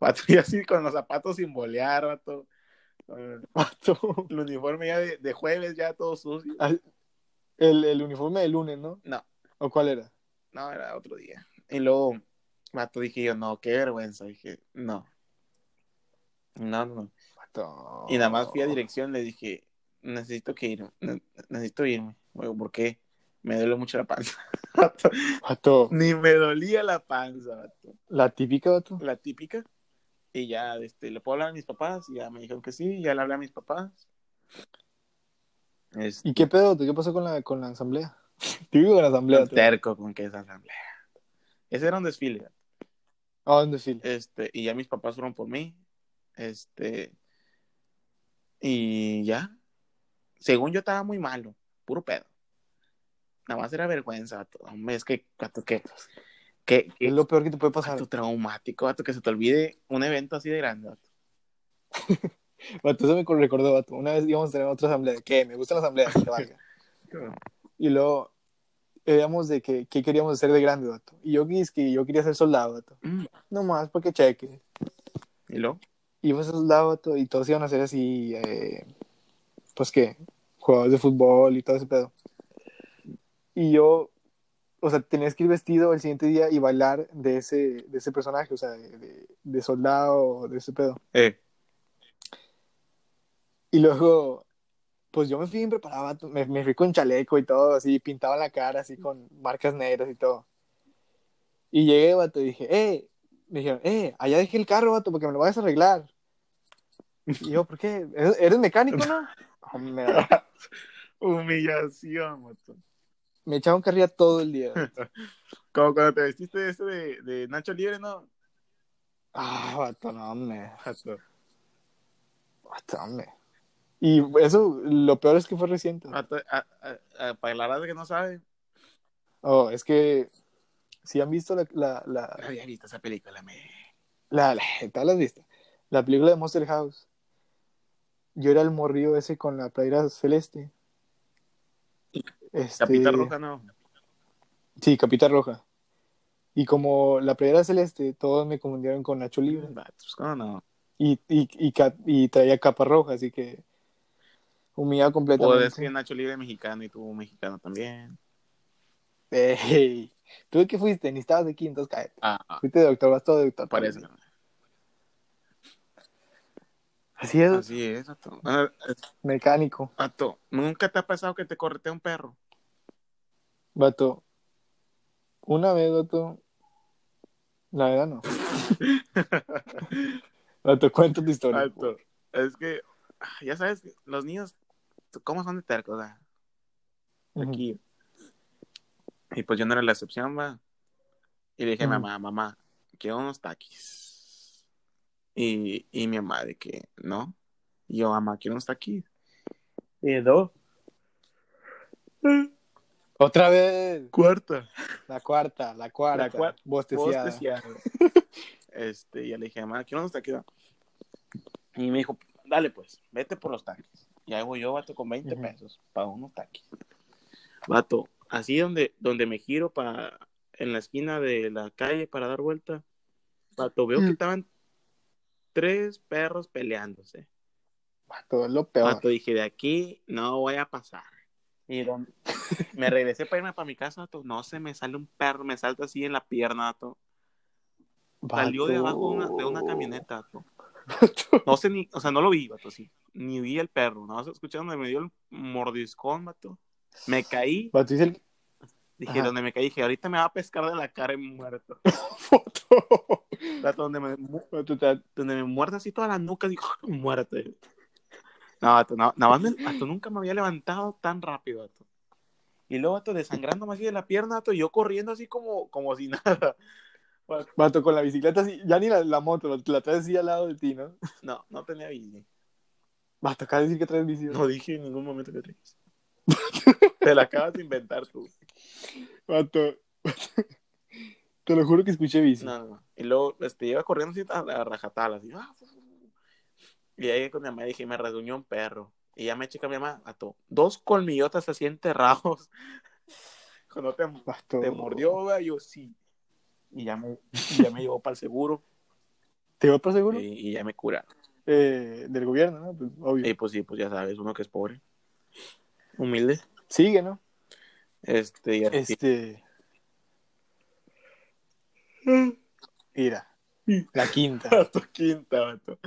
Speaker 1: Vato, y así con los zapatos sin bolear, vato. con
Speaker 2: Vato.
Speaker 1: El uniforme ya de, de jueves, ya todo sucio.
Speaker 2: Al- El, el uniforme de lunes, ¿no?
Speaker 1: No,
Speaker 2: ¿O cuál era?
Speaker 1: no, era otro día. Y luego, vato, dije yo, no, qué vergüenza, dije, no. No, no, no.
Speaker 2: Vato.
Speaker 1: Y nada más
Speaker 2: Oh.
Speaker 1: fui a dirección, le dije, necesito que irme, ne- necesito irme. Luego, ¿por qué? Me duele mucho la panza. vato.
Speaker 2: Vato.
Speaker 1: Ni me dolía la panza, vato.
Speaker 2: La típica, vato.
Speaker 1: La típica. Y ya, este, le puedo hablar a mis papás, y ya me dijeron que sí, ya le hablé a mis papás. Es
Speaker 2: ¿Y qué pedo? vato? ¿Qué pasó con la, con la asamblea? Típico con la asamblea.
Speaker 1: tan
Speaker 2: vato.
Speaker 1: terco con que esa asamblea. Ese era un desfile, vato.
Speaker 2: Ah, un desfile.
Speaker 1: este, y ya mis papás fueron por mí, este, y ya. Según yo estaba muy malo, puro pedo. Nada más era vergüenza, vato. hombre, es que, vato, que, que, que
Speaker 2: Es lo peor que te puede pasar.
Speaker 1: vato traumático, vato, que se te olvide un evento así de grande, vato.
Speaker 2: Vato, eso me recordó, vato. Una vez íbamos a tener otra asamblea. ¿Qué? Me gusta la asamblea, que valga. Y luego éramos de que, qué queríamos hacer de grande, vato. Y yo, quis- que yo quería ser soldado, vato.
Speaker 1: Mm,
Speaker 2: No más, porque cheque.
Speaker 1: Y luego,
Speaker 2: Iba a ser soldado, vato, y todos iban a ser así, eh, pues qué, jugadores de fútbol y todo ese pedo. Y yo, o sea, tenías que ir vestido el siguiente día y bailar de ese, de ese personaje, o sea, de, de, de soldado, de ese pedo.
Speaker 1: eh,
Speaker 2: Y luego, pues yo me fui bien preparado, vato. me, me fui con chaleco y todo, así, pintaba la cara, así, con marcas negras y todo. Y llegué, vato, y dije, eh, me dijeron, eh, allá dejé el carro, vato, porque me lo vas a arreglar. Y yo, ¿por qué? ¿Eres, eres mecánico, no? Hombre, vato,
Speaker 1: humillación, vato.
Speaker 2: me echaron carrilla todo el día. vato.
Speaker 1: Como cuando te vestiste de ese de, de Nacho Libre, ¿no?
Speaker 2: Ah, vato, no, hombre,
Speaker 1: Vato,
Speaker 2: vato, hombre. Y eso, lo peor es que fue reciente.
Speaker 1: vato, a- a- a- para la raza que no sabe,
Speaker 2: Oh, es que, si han visto la, la, la,
Speaker 1: no había visto esa película, me.
Speaker 2: La, la, ¿te la has visto? La película de Monster House. Yo era el morrillo ese con la playera celeste. Este,
Speaker 1: Capita Roja, no.
Speaker 2: Sí, capita roja. Y como la playera celeste, todos me confundieron con Nacho Libre.
Speaker 1: Vato, pues, ¿cómo no?
Speaker 2: Y, y, y, ca- y traía capa roja, así que humillado
Speaker 1: O es que
Speaker 2: completamente.
Speaker 1: Nacho Libre es mexicano y tú mexicano también.
Speaker 2: Ey, ¿Tú de qué fuiste? Ni estabas aquí, entonces cállate.
Speaker 1: Ah, ah,
Speaker 2: Fuiste de doctor, vas todo de doctor.
Speaker 1: parece.
Speaker 2: Así es,
Speaker 1: Así es, vato. Ah,
Speaker 2: mecánico.
Speaker 1: Vato, ¿nunca te ha pasado que te corretea un perro?
Speaker 2: Vato. Una vez, vato. La verdad no. Vato, cuenta tu historia.
Speaker 1: Vato, es que, ah, ya sabes, los niños, ¿cómo son de tercos? ah?
Speaker 2: Ujú.
Speaker 1: Aquí. Y pues yo no era la excepción, va. Y le dije a mi
Speaker 2: Ujú.
Speaker 1: mamá, mamá, quiero unos taquis. Y, y mi mamá de que, no. Y yo, mamá, quiero unos taquis. Y dos.
Speaker 2: Otra vez.
Speaker 1: Cuarta.
Speaker 2: La cuarta, la cuarta.
Speaker 1: La cuar-
Speaker 2: Bosteciada.
Speaker 1: Posteciada. Este, y ya le dije, mamá, quiero unos taquis. va?" Y me dijo, dale pues, vete por los taquis. Y ahí voy yo, vato, con 20
Speaker 2: Ujú.
Speaker 1: pesos para unos taquis. Vato, así donde, donde me giro para en la esquina de la calle para dar vuelta, vato,
Speaker 2: Mm.
Speaker 1: veo que estaban tres perros peleándose.
Speaker 2: Vato, es lo peor.
Speaker 1: Vato, dije, de aquí no voy a pasar. Y don- me regresé para irme para mi casa, vato. No se me sale un perro, me salta así en la pierna, vato. Salió de
Speaker 2: Vato.
Speaker 1: abajo de una, de una camioneta, vato. No sé ni, o sea, no lo vi, vato, sí. Ni vi el perro, no vas escuchando donde me dio el mordiscón, vato. Me caí,
Speaker 2: Vato, dice el
Speaker 1: dije,
Speaker 2: Ajá.
Speaker 1: donde me caí, dije, ahorita me va a pescar de la cara y muerto.
Speaker 2: foto.
Speaker 1: Vato, donde me, mu-
Speaker 2: Vato, ta-
Speaker 1: donde me muerde así toda la nuca, digo, muerto. No, vato, no, nada más me- vato, nunca me había levantado tan rápido, vato. Y luego, vato, desangrándome así de la pierna, vato, y yo corriendo así como, como si nada.
Speaker 2: Vato, con la bicicleta así, ya ni la, la moto, vato, la traes así al lado de ti, ¿no?
Speaker 1: No, no tenía bici.
Speaker 2: Vato, acá decir que traes bici.
Speaker 1: No dije en ningún momento que tenía bici. Te la acabas de inventar tú.
Speaker 2: Vato, te lo juro que escuché bici.
Speaker 1: No, no, no. Y luego este, iba corriendo así a la rajatala. Así, ah, fu, fu, fu. y ahí con mi mamá dije, me rasguñó un perro. Y ya me chica mi mamá, ató dos colmillotas así enterrados. Cuando te,
Speaker 2: Vato.
Speaker 1: te mordió, güey, yo sí. Y ya me, y ya me llevó para el seguro
Speaker 2: ¿Te va para seguro?
Speaker 1: y, y ya me curaron.
Speaker 2: Eh, del gobierno, ¿no? Pues, obvio.
Speaker 1: Y pues sí, pues ya sabes, uno que es pobre, humilde.
Speaker 2: Sigue, ¿no?
Speaker 1: Este, y así.
Speaker 2: Este. Mira.
Speaker 1: Sí.
Speaker 2: La quinta.
Speaker 1: Vato, quinta, vato.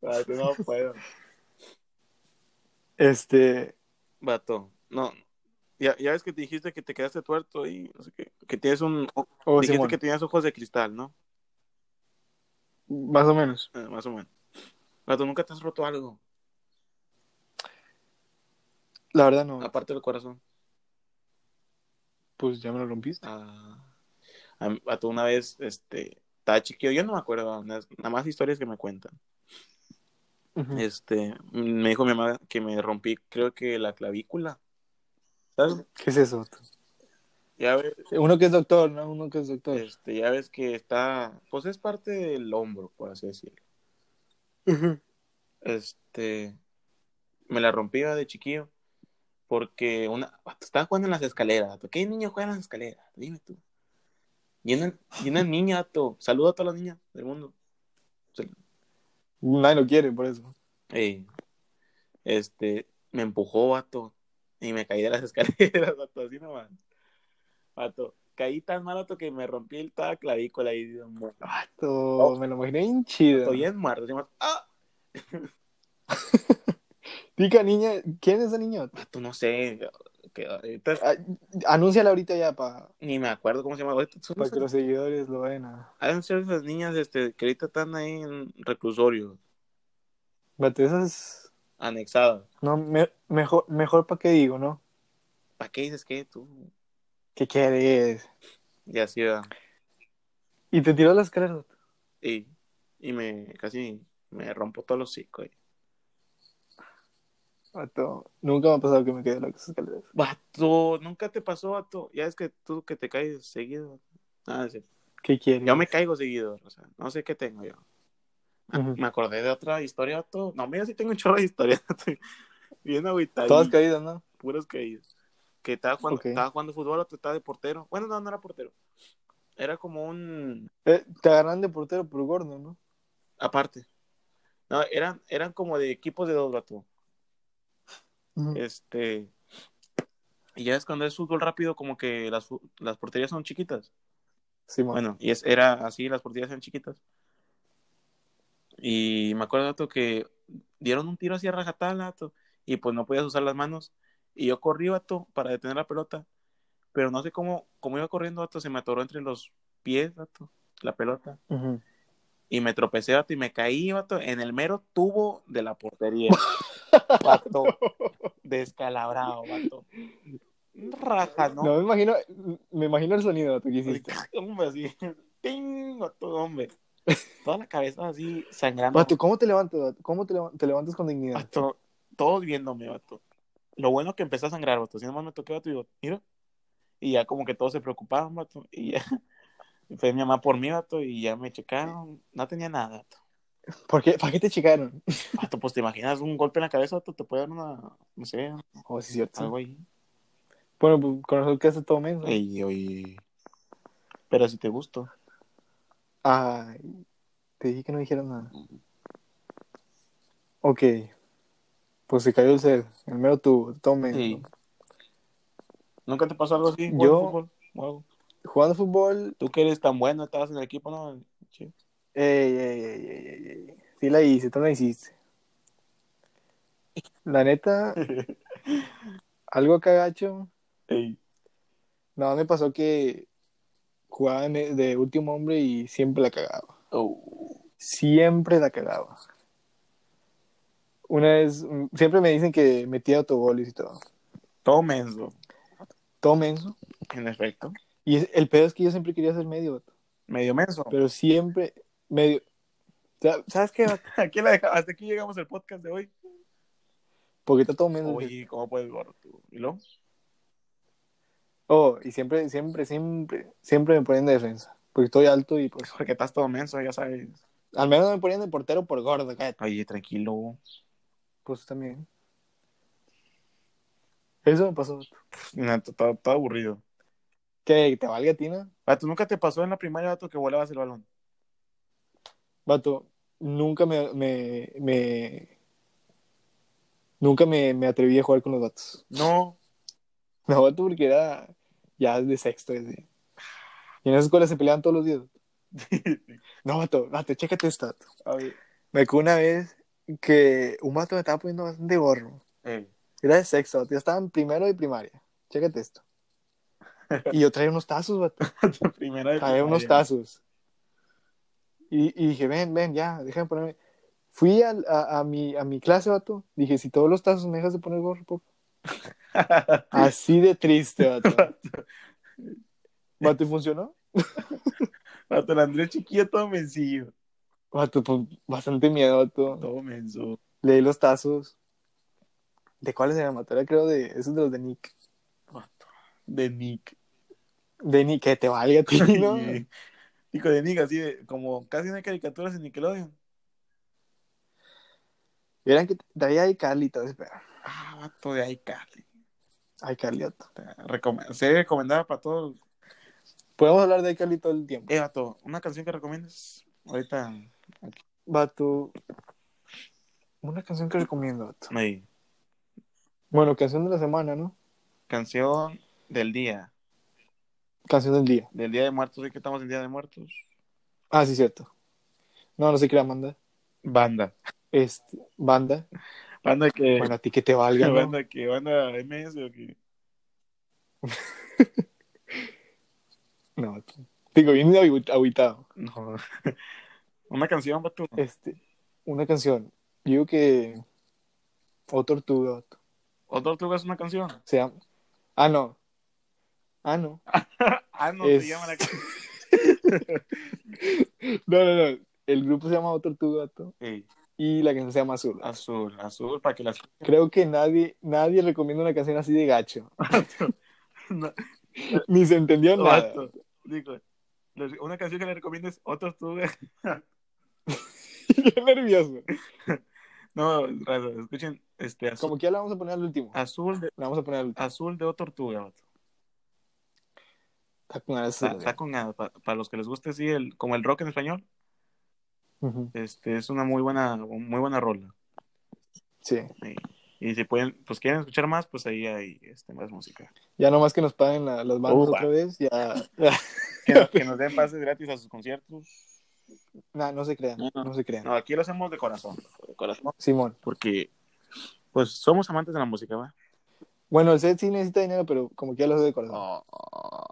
Speaker 1: Vato, no puedo.
Speaker 2: Este.
Speaker 1: Vato, no. Ya, ya ves que te dijiste que te quedaste tuerto y no sé qué, que tienes un,
Speaker 2: Oh,
Speaker 1: dijiste
Speaker 2: Simón.
Speaker 1: que tenías ojos de cristal, ¿no?
Speaker 2: Más o menos.
Speaker 1: Eh, más o menos. Vato, nunca te has roto algo,
Speaker 2: La verdad no.
Speaker 1: aparte del corazón.
Speaker 2: Pues ya me lo rompiste.
Speaker 1: Ah, a mí- vato, una vez, este, estaba chiquillo, yo no me acuerdo, na- nada más historias que me cuentan.
Speaker 2: Ujú.
Speaker 1: Este, me dijo mi mamá que me rompí, creo que la clavícula. ¿Sabes?
Speaker 2: ¿Qué es eso? vato?
Speaker 1: Ya ves,
Speaker 2: Uno que es doctor, ¿no? Uno que es doctor.
Speaker 1: este, ya ves que está, pues es parte del hombro, por así decirlo.
Speaker 2: Ujú.
Speaker 1: este me la rompí va, de chiquillo porque una vato, estaba jugando en las escaleras vato. qué niño juega en las escaleras dime tú y una, y una niña vato. saludo a todas las niñas del mundo
Speaker 2: Nadie lo quiere, por eso.
Speaker 1: Eh, este me empujó vato y me caí de las escaleras vato así nomás vato caí tan mal vato que me rompí el toda la clavícula y digo, muerto
Speaker 2: Vato, Ah, me lo imaginé Oh. bien chido.
Speaker 1: estoy en muerto así, muerto. ¡Ah!
Speaker 2: Tica, niña, ¿quién es esa niña?
Speaker 1: vato no sé que ahorita
Speaker 2: Ah, Anúnciala ahorita ya para
Speaker 1: ni me acuerdo cómo se llama ahorita son
Speaker 2: que los seguidores lo vean. ah.
Speaker 1: Hay esas niñas este, que ahorita están ahí en reclusorio,
Speaker 2: Vato, esas.
Speaker 1: anexadas.
Speaker 2: No, me- mejor, mejor para qué digo, ¿no?
Speaker 1: ¿Para qué dices que tú?
Speaker 2: ¿Qué quieres?
Speaker 1: Y así va.
Speaker 2: Y te tiró las caras. vato.
Speaker 1: Y, y me casi me rompo todos los hocico. eh.
Speaker 2: Vato, nunca me ha pasado que me quede en las escaleras.
Speaker 1: Vato, nunca te pasó, vato. Ya es que tú que te caes seguido. Ah, sí.
Speaker 2: ¿Qué quieres?
Speaker 1: Yo me caigo seguido, o sea, no sé qué tengo yo.
Speaker 2: Ujú.
Speaker 1: Me acordé de otra historia, vato. No, mira, sí tengo un chorro de historias. vato. Bien
Speaker 2: Todas
Speaker 1: agüitadito.
Speaker 2: caídas, ¿no?
Speaker 1: puros caídos. Que estaba jugando,
Speaker 2: Ok.
Speaker 1: estaba jugando fútbol, otro estaba de portero. Bueno, no, no era portero. Era como un
Speaker 2: Eh, te agarran de portero por gordo, ¿no?
Speaker 1: aparte. No, eran, eran como de equipos de dos vato.
Speaker 2: Ujú.
Speaker 1: Este. Y ya es cuando es fútbol rápido, como que las, fu- las porterías son chiquitas.
Speaker 2: Simón.
Speaker 1: Bueno, y es, era así, las porterías eran chiquitas. Y me acuerdo, vato, que dieron un tiro hacia rajatabla, vato, y pues no podías usar las manos. Y yo corrí, vato, para detener la pelota. Pero no sé cómo, cómo iba corriendo, vato, se me atoró entre los pies, vato, la pelota.
Speaker 2: Ujú.
Speaker 1: Y me tropecé, vato, y me caí, vato, en el mero tubo de la portería. Vato, descalabrado, vato. Raja, ¿no?
Speaker 2: No, me imagino, me imagino el sonido vato, que hiciste.
Speaker 1: Hombre, así. ¡Ting! Vato, hombre. Toda la cabeza así, sangrando.
Speaker 2: Vato, ¿cómo te levantas? vato? ¿Cómo te, leva- te levantas con dignidad?
Speaker 1: Vato, todos viéndome, vato. Lo bueno que empecé a sangrar, vato. Si nomás me toqué, vato, y digo, mira. Y ya como que todos se preocupaban, vato. Y ya. y Fue mi mamá por mí, vato, y ya me checaron. No tenía nada, vato.
Speaker 2: ¿Por qué? ¿Para qué te checaron?
Speaker 1: Vato, pues te imaginas un golpe en la cabeza, vato, te puede dar una, no sé, Ah,
Speaker 2: Oh, sí, cierto.
Speaker 1: algo ahí.
Speaker 2: Bueno, pues con eso quedaste todo menso.
Speaker 1: Ey, oye. Pero si te gusto.
Speaker 2: Ay, te dije que no dijeras nada. Ok. Pues se cayó el cel. El mero tubo. Tome.
Speaker 1: Sí. ¿Nunca te pasó algo así?
Speaker 2: Yo-
Speaker 1: jugando fútbol o algo?
Speaker 2: Jugando fútbol.
Speaker 1: Tú que eres tan bueno, estabas en el equipo, ¿no? Sí.
Speaker 2: Ey, ey, ey, ey, ey, ey. Sí la hice, tú la hiciste. La neta, algo cagacho.
Speaker 1: Ey.
Speaker 2: Nada más me pasó que jugaba en- e, de último hombre y siempre la cagaba.
Speaker 1: Oh.
Speaker 2: Siempre la cagaba. Una vez, mm, siempre me dicen que metía autogoles y todo.
Speaker 1: Todo menso,
Speaker 2: Todo menso.
Speaker 1: en efecto.
Speaker 2: Y es- el pedo es que yo siempre quería ser medio, vato.
Speaker 1: Medio menso.
Speaker 2: pero siempre medio. Sa- ¿Sabes qué? vato?
Speaker 1: Aquí la dejamos. Hasta aquí llegamos el podcast de hoy.
Speaker 2: Porque está todo menso.
Speaker 1: Oye, ¿cómo puedes gordo tú? ¿Y luego?
Speaker 2: Oh, y siempre, siempre, siempre, siempre me ponían de defensa. Porque estoy alto y pues.
Speaker 1: Porque estás todo menso, ya sabes.
Speaker 2: Al menos no me ponían de portero por gordo, cállate.
Speaker 1: Oye, tranquilo.
Speaker 2: Pues también. Eso me pasó.
Speaker 1: Pff, neta, Está está aburrido.
Speaker 2: ¿Qué? ¿Te valga, Tina?
Speaker 1: Vato, ¿nunca te pasó en la primaria, vato, que volabas el balón?
Speaker 2: Vato, nunca me. me, me- Nunca me, me atreví a jugar con los vatos.
Speaker 1: No.
Speaker 2: No, vato, porque era ya de sexto. así. Y en esa escuela se peleaban todos los días. No, vato, vato, chécate esto. vato.
Speaker 1: A ver.
Speaker 2: Me acuerdo una vez que un vato me estaba poniendo bastante gorro.
Speaker 1: Ey.
Speaker 2: Era de sexto, vato. Yo estaba en primero de primaria. Chécate esto. Y yo traía unos tazos, vato.
Speaker 1: Primera de
Speaker 2: traía unos
Speaker 1: primaria.
Speaker 2: tazos. Y, y dije, ven, ven, ya, déjame ponerme. Fui al- a, a mi, a mi clase, vato. Dije, si todos los tazos me dejas de poner gorro, por favor". Así de triste, vato. Vato, ¿y funcionó?
Speaker 1: Vato, el Andrés chiquillo todo mencillo.
Speaker 2: Vato, pues, bastante miedo, vato.
Speaker 1: Todo menso.
Speaker 2: Leí los tazos. ¿De cuáles eran, vato? Era, creo, de esos de los de Nick.
Speaker 1: Vato. De Nick.
Speaker 2: De Nick, que te valga a ti, ¿no?
Speaker 1: Oye. Hijo de Nick, así de, como casi no hay caricaturas en Nickelodeon.
Speaker 2: Eran que traía ahí Carly y todo ese pedo.
Speaker 1: Ah, vato de iCarly.
Speaker 2: Ay, Carly, vato.
Speaker 1: Recom- Serie recomendada para todos.
Speaker 2: Podemos hablar de Carly todo el tiempo.
Speaker 1: Eh, vato, una canción que recomiendas. Ahorita.
Speaker 2: Vato. Una canción que recomiendo, vato.
Speaker 1: Ey.
Speaker 2: Bueno, canción de la semana, ¿no?
Speaker 1: Canción del día.
Speaker 2: Canción del día.
Speaker 1: Del Día de Muertos. Hoy que estamos en Día de Muertos.
Speaker 2: Ah, sí, cierto. No, no sé qué la manda.
Speaker 1: Banda.
Speaker 2: Este, banda.
Speaker 1: Banda que.
Speaker 2: Bueno, a ti que te valga, ¿no?
Speaker 1: Banda que. Banda MS o que.
Speaker 2: No, vato. Digo, bien agü- agüitado.
Speaker 1: No. Una canción, vato.
Speaker 2: Este, una canción. Yo digo que... O Tortuga, vato.
Speaker 1: Otro tú es una canción.
Speaker 2: O sea... Ah, no. Ah, no.
Speaker 1: Ah, no,
Speaker 2: Es-
Speaker 1: se llama la canción.
Speaker 2: No, no, no. El grupo se llama O Tortuga, vato.
Speaker 1: Ey,
Speaker 2: Y la canción se llama Azul. vato.
Speaker 1: azul, azul, para que las.
Speaker 2: Creo que nadie, nadie recomienda una canción así de gacho. Ni se entendió nada.
Speaker 1: Vato, digo, les- una canción que le recomiendes, otros tú.
Speaker 2: Bien nervioso.
Speaker 1: No, raza, escuchen, este azul,
Speaker 2: Como que ya la vamos a poner al último.
Speaker 1: azul de
Speaker 2: La vamos a poner al último.
Speaker 1: azul de O Tortuga, vato.
Speaker 2: Está con alas,
Speaker 1: Está,
Speaker 2: güey.
Speaker 1: está con A, pa- para los que les guste así el, como el rock en español,
Speaker 2: Ujú.
Speaker 1: este es una muy buena, muy buena rola.
Speaker 2: Sí.
Speaker 1: Y si pueden, pues quieren escuchar más, pues ahí hay este, más música.
Speaker 2: Ya nomás que nos paguen la- las manos
Speaker 1: Upa.
Speaker 2: otra vez, ya.
Speaker 1: Que, nos- que nos den pases gratis a sus conciertos.
Speaker 2: Nah, no se crean,
Speaker 1: No, no.
Speaker 2: no se crean.
Speaker 1: No, aquí lo hacemos de corazón, de corazón,
Speaker 2: Simón.
Speaker 1: porque pues somos amantes de la música, ¿va?
Speaker 2: Bueno, el set sí necesita dinero, pero como que ya lo hace de corazón. No,
Speaker 1: Oh.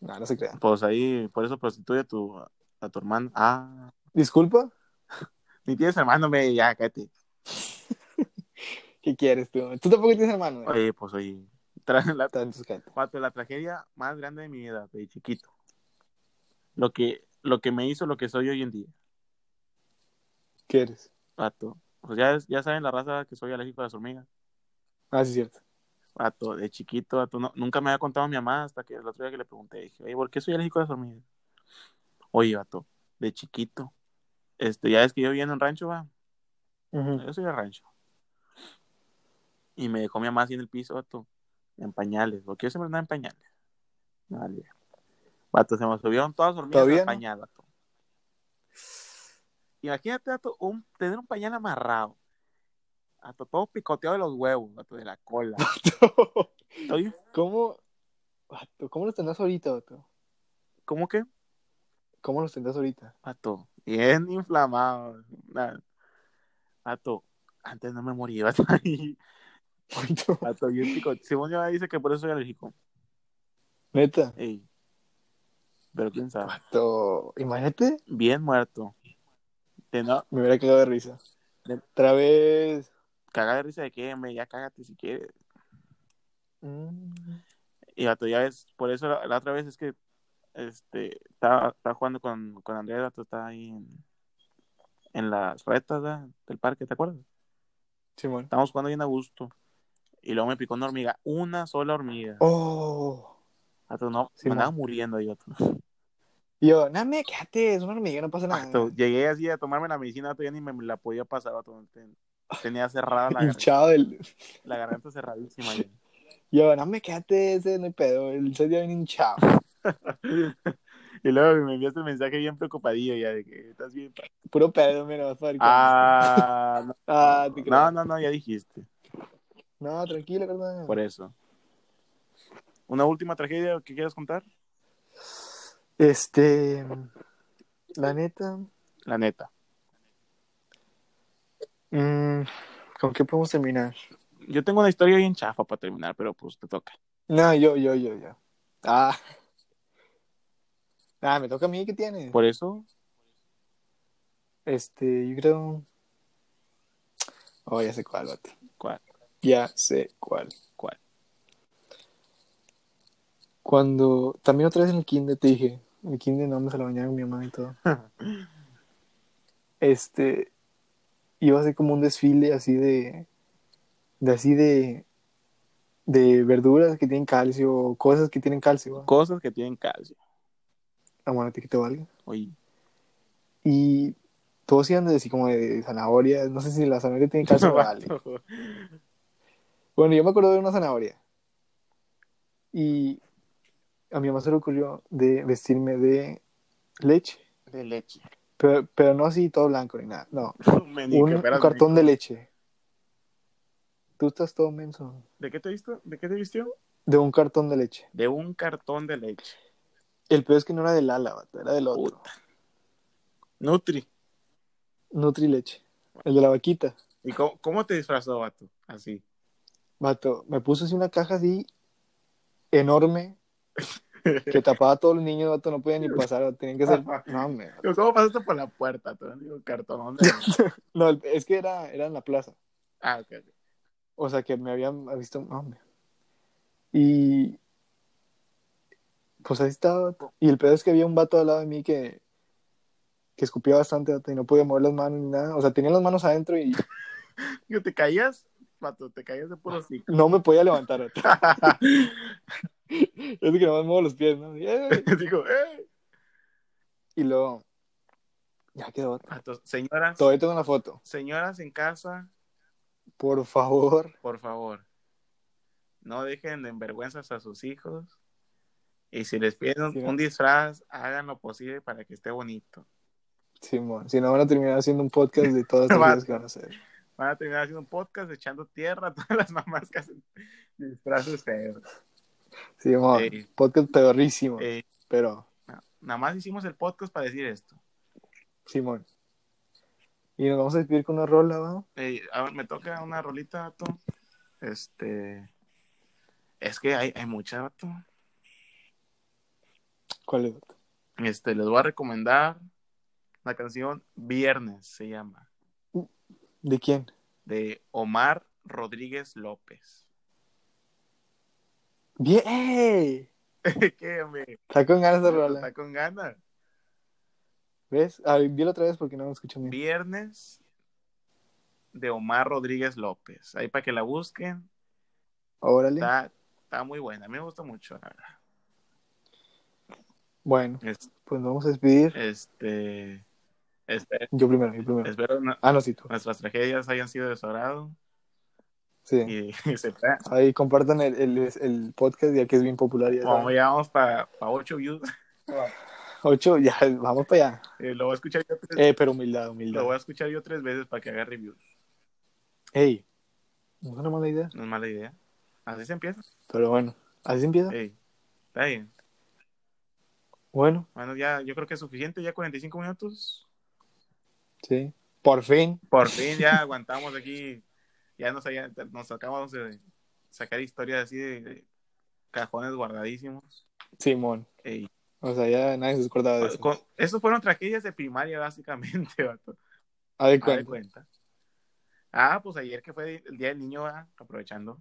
Speaker 2: no se crean.
Speaker 1: Pues ahí, por eso prostituye a tu, a tu hermano. Ah,
Speaker 2: Disculpa,
Speaker 1: ni tienes hermano, me, ya, cállate.
Speaker 2: ¿qué quieres tú? Tú tampoco tienes hermano. eh. güey.
Speaker 1: Oye, pues oye, tra- la,
Speaker 2: Entonces, cállate.
Speaker 1: vato, la tragedia más grande de mi vida, de chiquito. Lo que, lo que me hizo lo que soy hoy en día,
Speaker 2: ¿Qué eres?
Speaker 1: vato. Pues ya, es- ya saben la raza que soy alérgico a las hormigas.
Speaker 2: Ah, sí, cierto.
Speaker 1: Vato, de chiquito, vato, no- nunca me había contado mi mamá hasta que el otro día que le pregunté, dije, oye, ¿por qué soy alérgico a las hormigas? Oye, vato, de chiquito, este, ya es que yo vivía en un rancho, va,
Speaker 2: Ujú.
Speaker 1: Yo soy de rancho. Y me dejó mi mamá así en el piso, vato, en pañales, porque yo siempre andaba en pañales. Me valía. Vato, se me subieron todas hormigas
Speaker 2: ¿Todavía
Speaker 1: al
Speaker 2: no?
Speaker 1: pañal, vato. Imagínate, vato, un, tener un pañal amarrado. Vato, todo picoteado de los huevos, vato, de la cola. Estoy,
Speaker 2: ¿Cómo? vato, ¿Cómo los tendrás ahorita, vato?
Speaker 1: ¿Cómo que?
Speaker 2: ¿Cómo los tendrás ahorita?
Speaker 1: Vato, bien inflamado. Nah. Vato, antes no me moría, vato. ahí.
Speaker 2: Vato,
Speaker 1: Vato, bien picoteado. Simón ya dice que por eso soy alérgico.
Speaker 2: Neta.
Speaker 1: Ey. Pero quién sabe.
Speaker 2: Vato, Imagínate,
Speaker 1: Bien muerto. Te no,
Speaker 2: me hubiera quedado de risa. Otra vez.
Speaker 1: caga de risa de que, me ya cágate si quieres.
Speaker 2: Mm.
Speaker 1: Y vato, ya ves, por eso la, la otra vez es que este estaba, estaba jugando con, con Andrés, vato, estaba ahí en, en las retas ¿verdad? del parque, ¿te acuerdas?
Speaker 2: Simón.
Speaker 1: Estábamos jugando bien a gusto. Y luego me picó una hormiga, una sola hormiga.
Speaker 2: Oh.
Speaker 1: Vato, no,
Speaker 2: Sí,
Speaker 1: me andaba
Speaker 2: man.
Speaker 1: muriendo yo.
Speaker 2: Y Yo, no me quédate, es una hormiga, no pasa nada.
Speaker 1: Vato, llegué así a tomarme la medicina, vato, ya ni me la podía pasar, vato. Ten- Tenía cerrada la garganta,
Speaker 2: Hinchado del.
Speaker 1: la garganta cerradísima. ya.
Speaker 2: Yo, no me quédate, ese no hay pedo, el serio bien hinchado.
Speaker 1: y luego me enviaste el mensaje bien preocupadillo ya de que estás bien. pa-".
Speaker 2: Puro pedo, mira, vas a ver.
Speaker 1: Ah, no,
Speaker 2: ah te creo.
Speaker 1: no, no, no, ya dijiste.
Speaker 2: No, tranquilo, carnal.
Speaker 1: Por eso. ¿Una última tragedia que quieras contar?
Speaker 2: Este. La neta.
Speaker 1: La neta.
Speaker 2: mm, ¿Con qué podemos terminar?
Speaker 1: Yo tengo una historia bien chafa para terminar, pero pues te toca.
Speaker 2: No, yo, yo, yo, yo. Ah. Ah, me toca a mí, ¿qué tiene?
Speaker 1: Por eso,
Speaker 2: Este, yo creo. Oh, ya sé cuál, vato.
Speaker 1: ¿cuál?
Speaker 2: Ya sé cuál.
Speaker 1: ¿Cuál?
Speaker 2: Cuando. También otra vez en el kinder te dije. En el kinder no vamos a la mañana con mi mamá y todo. este. Iba a ser como un desfile así de. De así de. De verduras que tienen calcio, o cosas que tienen calcio. ¿va?
Speaker 1: Cosas que tienen calcio.
Speaker 2: Amárate que te valga.
Speaker 1: Oye,
Speaker 2: Y todos iban de así como de zanahoria. No sé si la zanahoria tiene calcio o vale.
Speaker 1: vato.
Speaker 2: Bueno, yo me acuerdo de una zanahoria. Y a mi mamá se le ocurrió de vestirme de leche.
Speaker 1: De leche.
Speaker 2: Pero, pero no así todo blanco ni nada. No,
Speaker 1: Meñique,
Speaker 2: un, un
Speaker 1: espérate,
Speaker 2: cartón de
Speaker 1: Nico.
Speaker 2: leche. Tú estás todo menso.
Speaker 1: ¿De qué te visto? ¿De qué te vistió?
Speaker 2: De un cartón de leche.
Speaker 1: De un cartón de leche.
Speaker 2: El peor es que no era del ala, vato, era del otro.
Speaker 1: Puta. Nutri.
Speaker 2: Nutri leche. El de la vaquita.
Speaker 1: ¿Y cómo, cómo te disfrazó, vato? Así.
Speaker 2: Vato, me puso así una caja así enorme que tapaba a todos los niños, vato, no podían ni pasar, vato, tenían que ser... No, hombre,
Speaker 1: Digo, ¿Cómo pasaste por la puerta? Te digo, cartón. de-
Speaker 2: no, el- es que era, era en la plaza.
Speaker 1: Ah, ok. ok.
Speaker 2: O sea, que me habían visto. No, hombre. Y. Pues ahí estaba. vato. Y el pedo es que había un vato al lado de mí que. que escupía bastante, vato, y no podía mover las manos ni nada. O sea, tenía las manos adentro y
Speaker 1: Digo, ¿Te caías? Vato, te caías de puro ciclo.
Speaker 2: no me podía levantar, vato. Es que nomás muevo los pies, ¿no? Y, ¡eh!
Speaker 1: Digo, ¡eh!
Speaker 2: Y luego. Ya quedó, vato.
Speaker 1: Vato, señoras,
Speaker 2: Todavía tengo la foto.
Speaker 1: señoras en casa,
Speaker 2: Por favor.
Speaker 1: por favor, no dejen de envergüenzas a sus hijos. Y si les piden un,
Speaker 2: Sí,
Speaker 1: un disfraz, hagan lo posible para que esté bonito.
Speaker 2: Simón. Si no van a terminar haciendo un podcast de todas las
Speaker 1: Vato.
Speaker 2: cosas que van a hacer.
Speaker 1: Van a terminar haciendo un podcast echando tierra a todas las mamás que hacen disfraces feos.
Speaker 2: Simón.
Speaker 1: Sí.
Speaker 2: Podcast pedorrísimo.
Speaker 1: Eh,
Speaker 2: Pero.
Speaker 1: na- nada más hicimos el podcast para decir esto.
Speaker 2: Simón. Y nos vamos a despedir con una rola, ¿va?
Speaker 1: Ey, a ver, me toca una rolita, vato. Este. Es que hay, hay mucha, vato.
Speaker 2: ¿Cuál es?
Speaker 1: Este, les voy a recomendar la canción Viernes, se llama,
Speaker 2: ¿De quién?
Speaker 1: de Omar Rodríguez López.
Speaker 2: ¡Bien! ¡Ey!
Speaker 1: ¿Qué, hombre?
Speaker 2: Está con ganas de rola.
Speaker 1: Está con ganas.
Speaker 2: ¿Ves? Ah, dilo otra vez porque no me escucho bien.
Speaker 1: Viernes de Omar Rodríguez López. Ahí para que la busquen.
Speaker 2: Órale.
Speaker 1: Está, está muy buena. A mí me gusta mucho, la verdad.
Speaker 2: Bueno,
Speaker 1: Es-
Speaker 2: pues nos vamos a despedir.
Speaker 1: Este, este,
Speaker 2: Yo primero, yo primero.
Speaker 1: espero na-
Speaker 2: Ah, no, sí, tú.
Speaker 1: nuestras tragedias hayan sido de su agrado.
Speaker 2: Sí.
Speaker 1: Y, y se tra-
Speaker 2: Ahí compartan el, el- el podcast ya que es bien popular. Ya
Speaker 1: Como
Speaker 2: saben.
Speaker 1: ya vamos para ocho views.
Speaker 2: Ocho, ya, vamos para allá.
Speaker 1: Eh, lo voy a escuchar yo tres,
Speaker 2: Eh, pero humildad,
Speaker 1: lo
Speaker 2: humildad.
Speaker 1: voy a escuchar yo tres veces para que haga reviews.
Speaker 2: Ey, no es una mala idea,
Speaker 1: No es mala idea. Así se empieza.
Speaker 2: pero bueno, así se empieza.
Speaker 1: Ey, está bien.
Speaker 2: Bueno,
Speaker 1: Bueno, ya, yo creo que es suficiente, ya 45 minutos.
Speaker 2: sí. Por fin,
Speaker 1: Por fin ya aguantamos aquí. Ya nos, haya- nos acabamos de sacar historias así de, de cajones guardadísimos.
Speaker 2: Simón.
Speaker 1: Ey.
Speaker 2: O sea, ya nadie se acordaba de eso.
Speaker 1: Con- esos fueron tragedias de primaria, básicamente, vato.
Speaker 2: A de
Speaker 1: Haz de
Speaker 2: cuenta.
Speaker 1: cuenta. Ah, pues ayer que fue el Día del Niño, ¿verdad? aprovechando.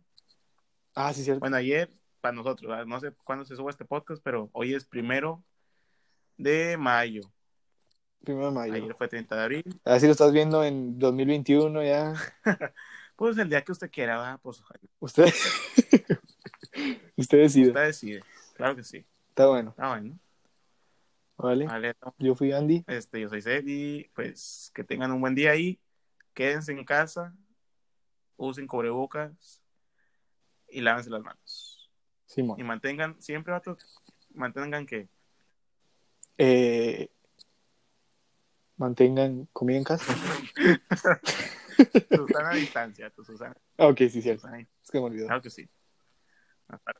Speaker 2: Ah, sí, cierto.
Speaker 1: Bueno, ayer, para nosotros, ¿verdad? no sé cuándo se suba este podcast, pero hoy es primero de mayo.
Speaker 2: Primero de mayo.
Speaker 1: Ayer fue 30 de abril.
Speaker 2: Así lo estás viendo en 2021 ya.
Speaker 1: Pues el día que usted quiera, ¿verdad? pues ojalá.
Speaker 2: Usted, usted decide.
Speaker 1: usted decide. Claro que sí.
Speaker 2: Está bueno,
Speaker 1: Ah, bueno.
Speaker 2: ¿vale?
Speaker 1: Vale, no.
Speaker 2: Yo fui Andy.
Speaker 1: Este, yo soy Seth y pues que tengan un buen día ahí. Quédense en casa, usen cubrebocas y lávense las manos. Y
Speaker 2: Simón.
Speaker 1: mantengan, siempre, vato, mantengan que
Speaker 2: Eh, mantengan comida en casa.
Speaker 1: Susana a distancia, tu Susana,
Speaker 2: Ah, Ok, sí, cierto.
Speaker 1: Susana,
Speaker 2: Es que me olvidó.
Speaker 1: claro que sí.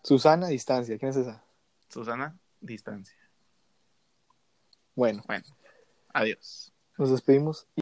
Speaker 2: Susana Distancia. ¿Quién es esa?
Speaker 1: Susana, distancia.
Speaker 2: Bueno,
Speaker 1: Adiós.
Speaker 2: nos despedimos.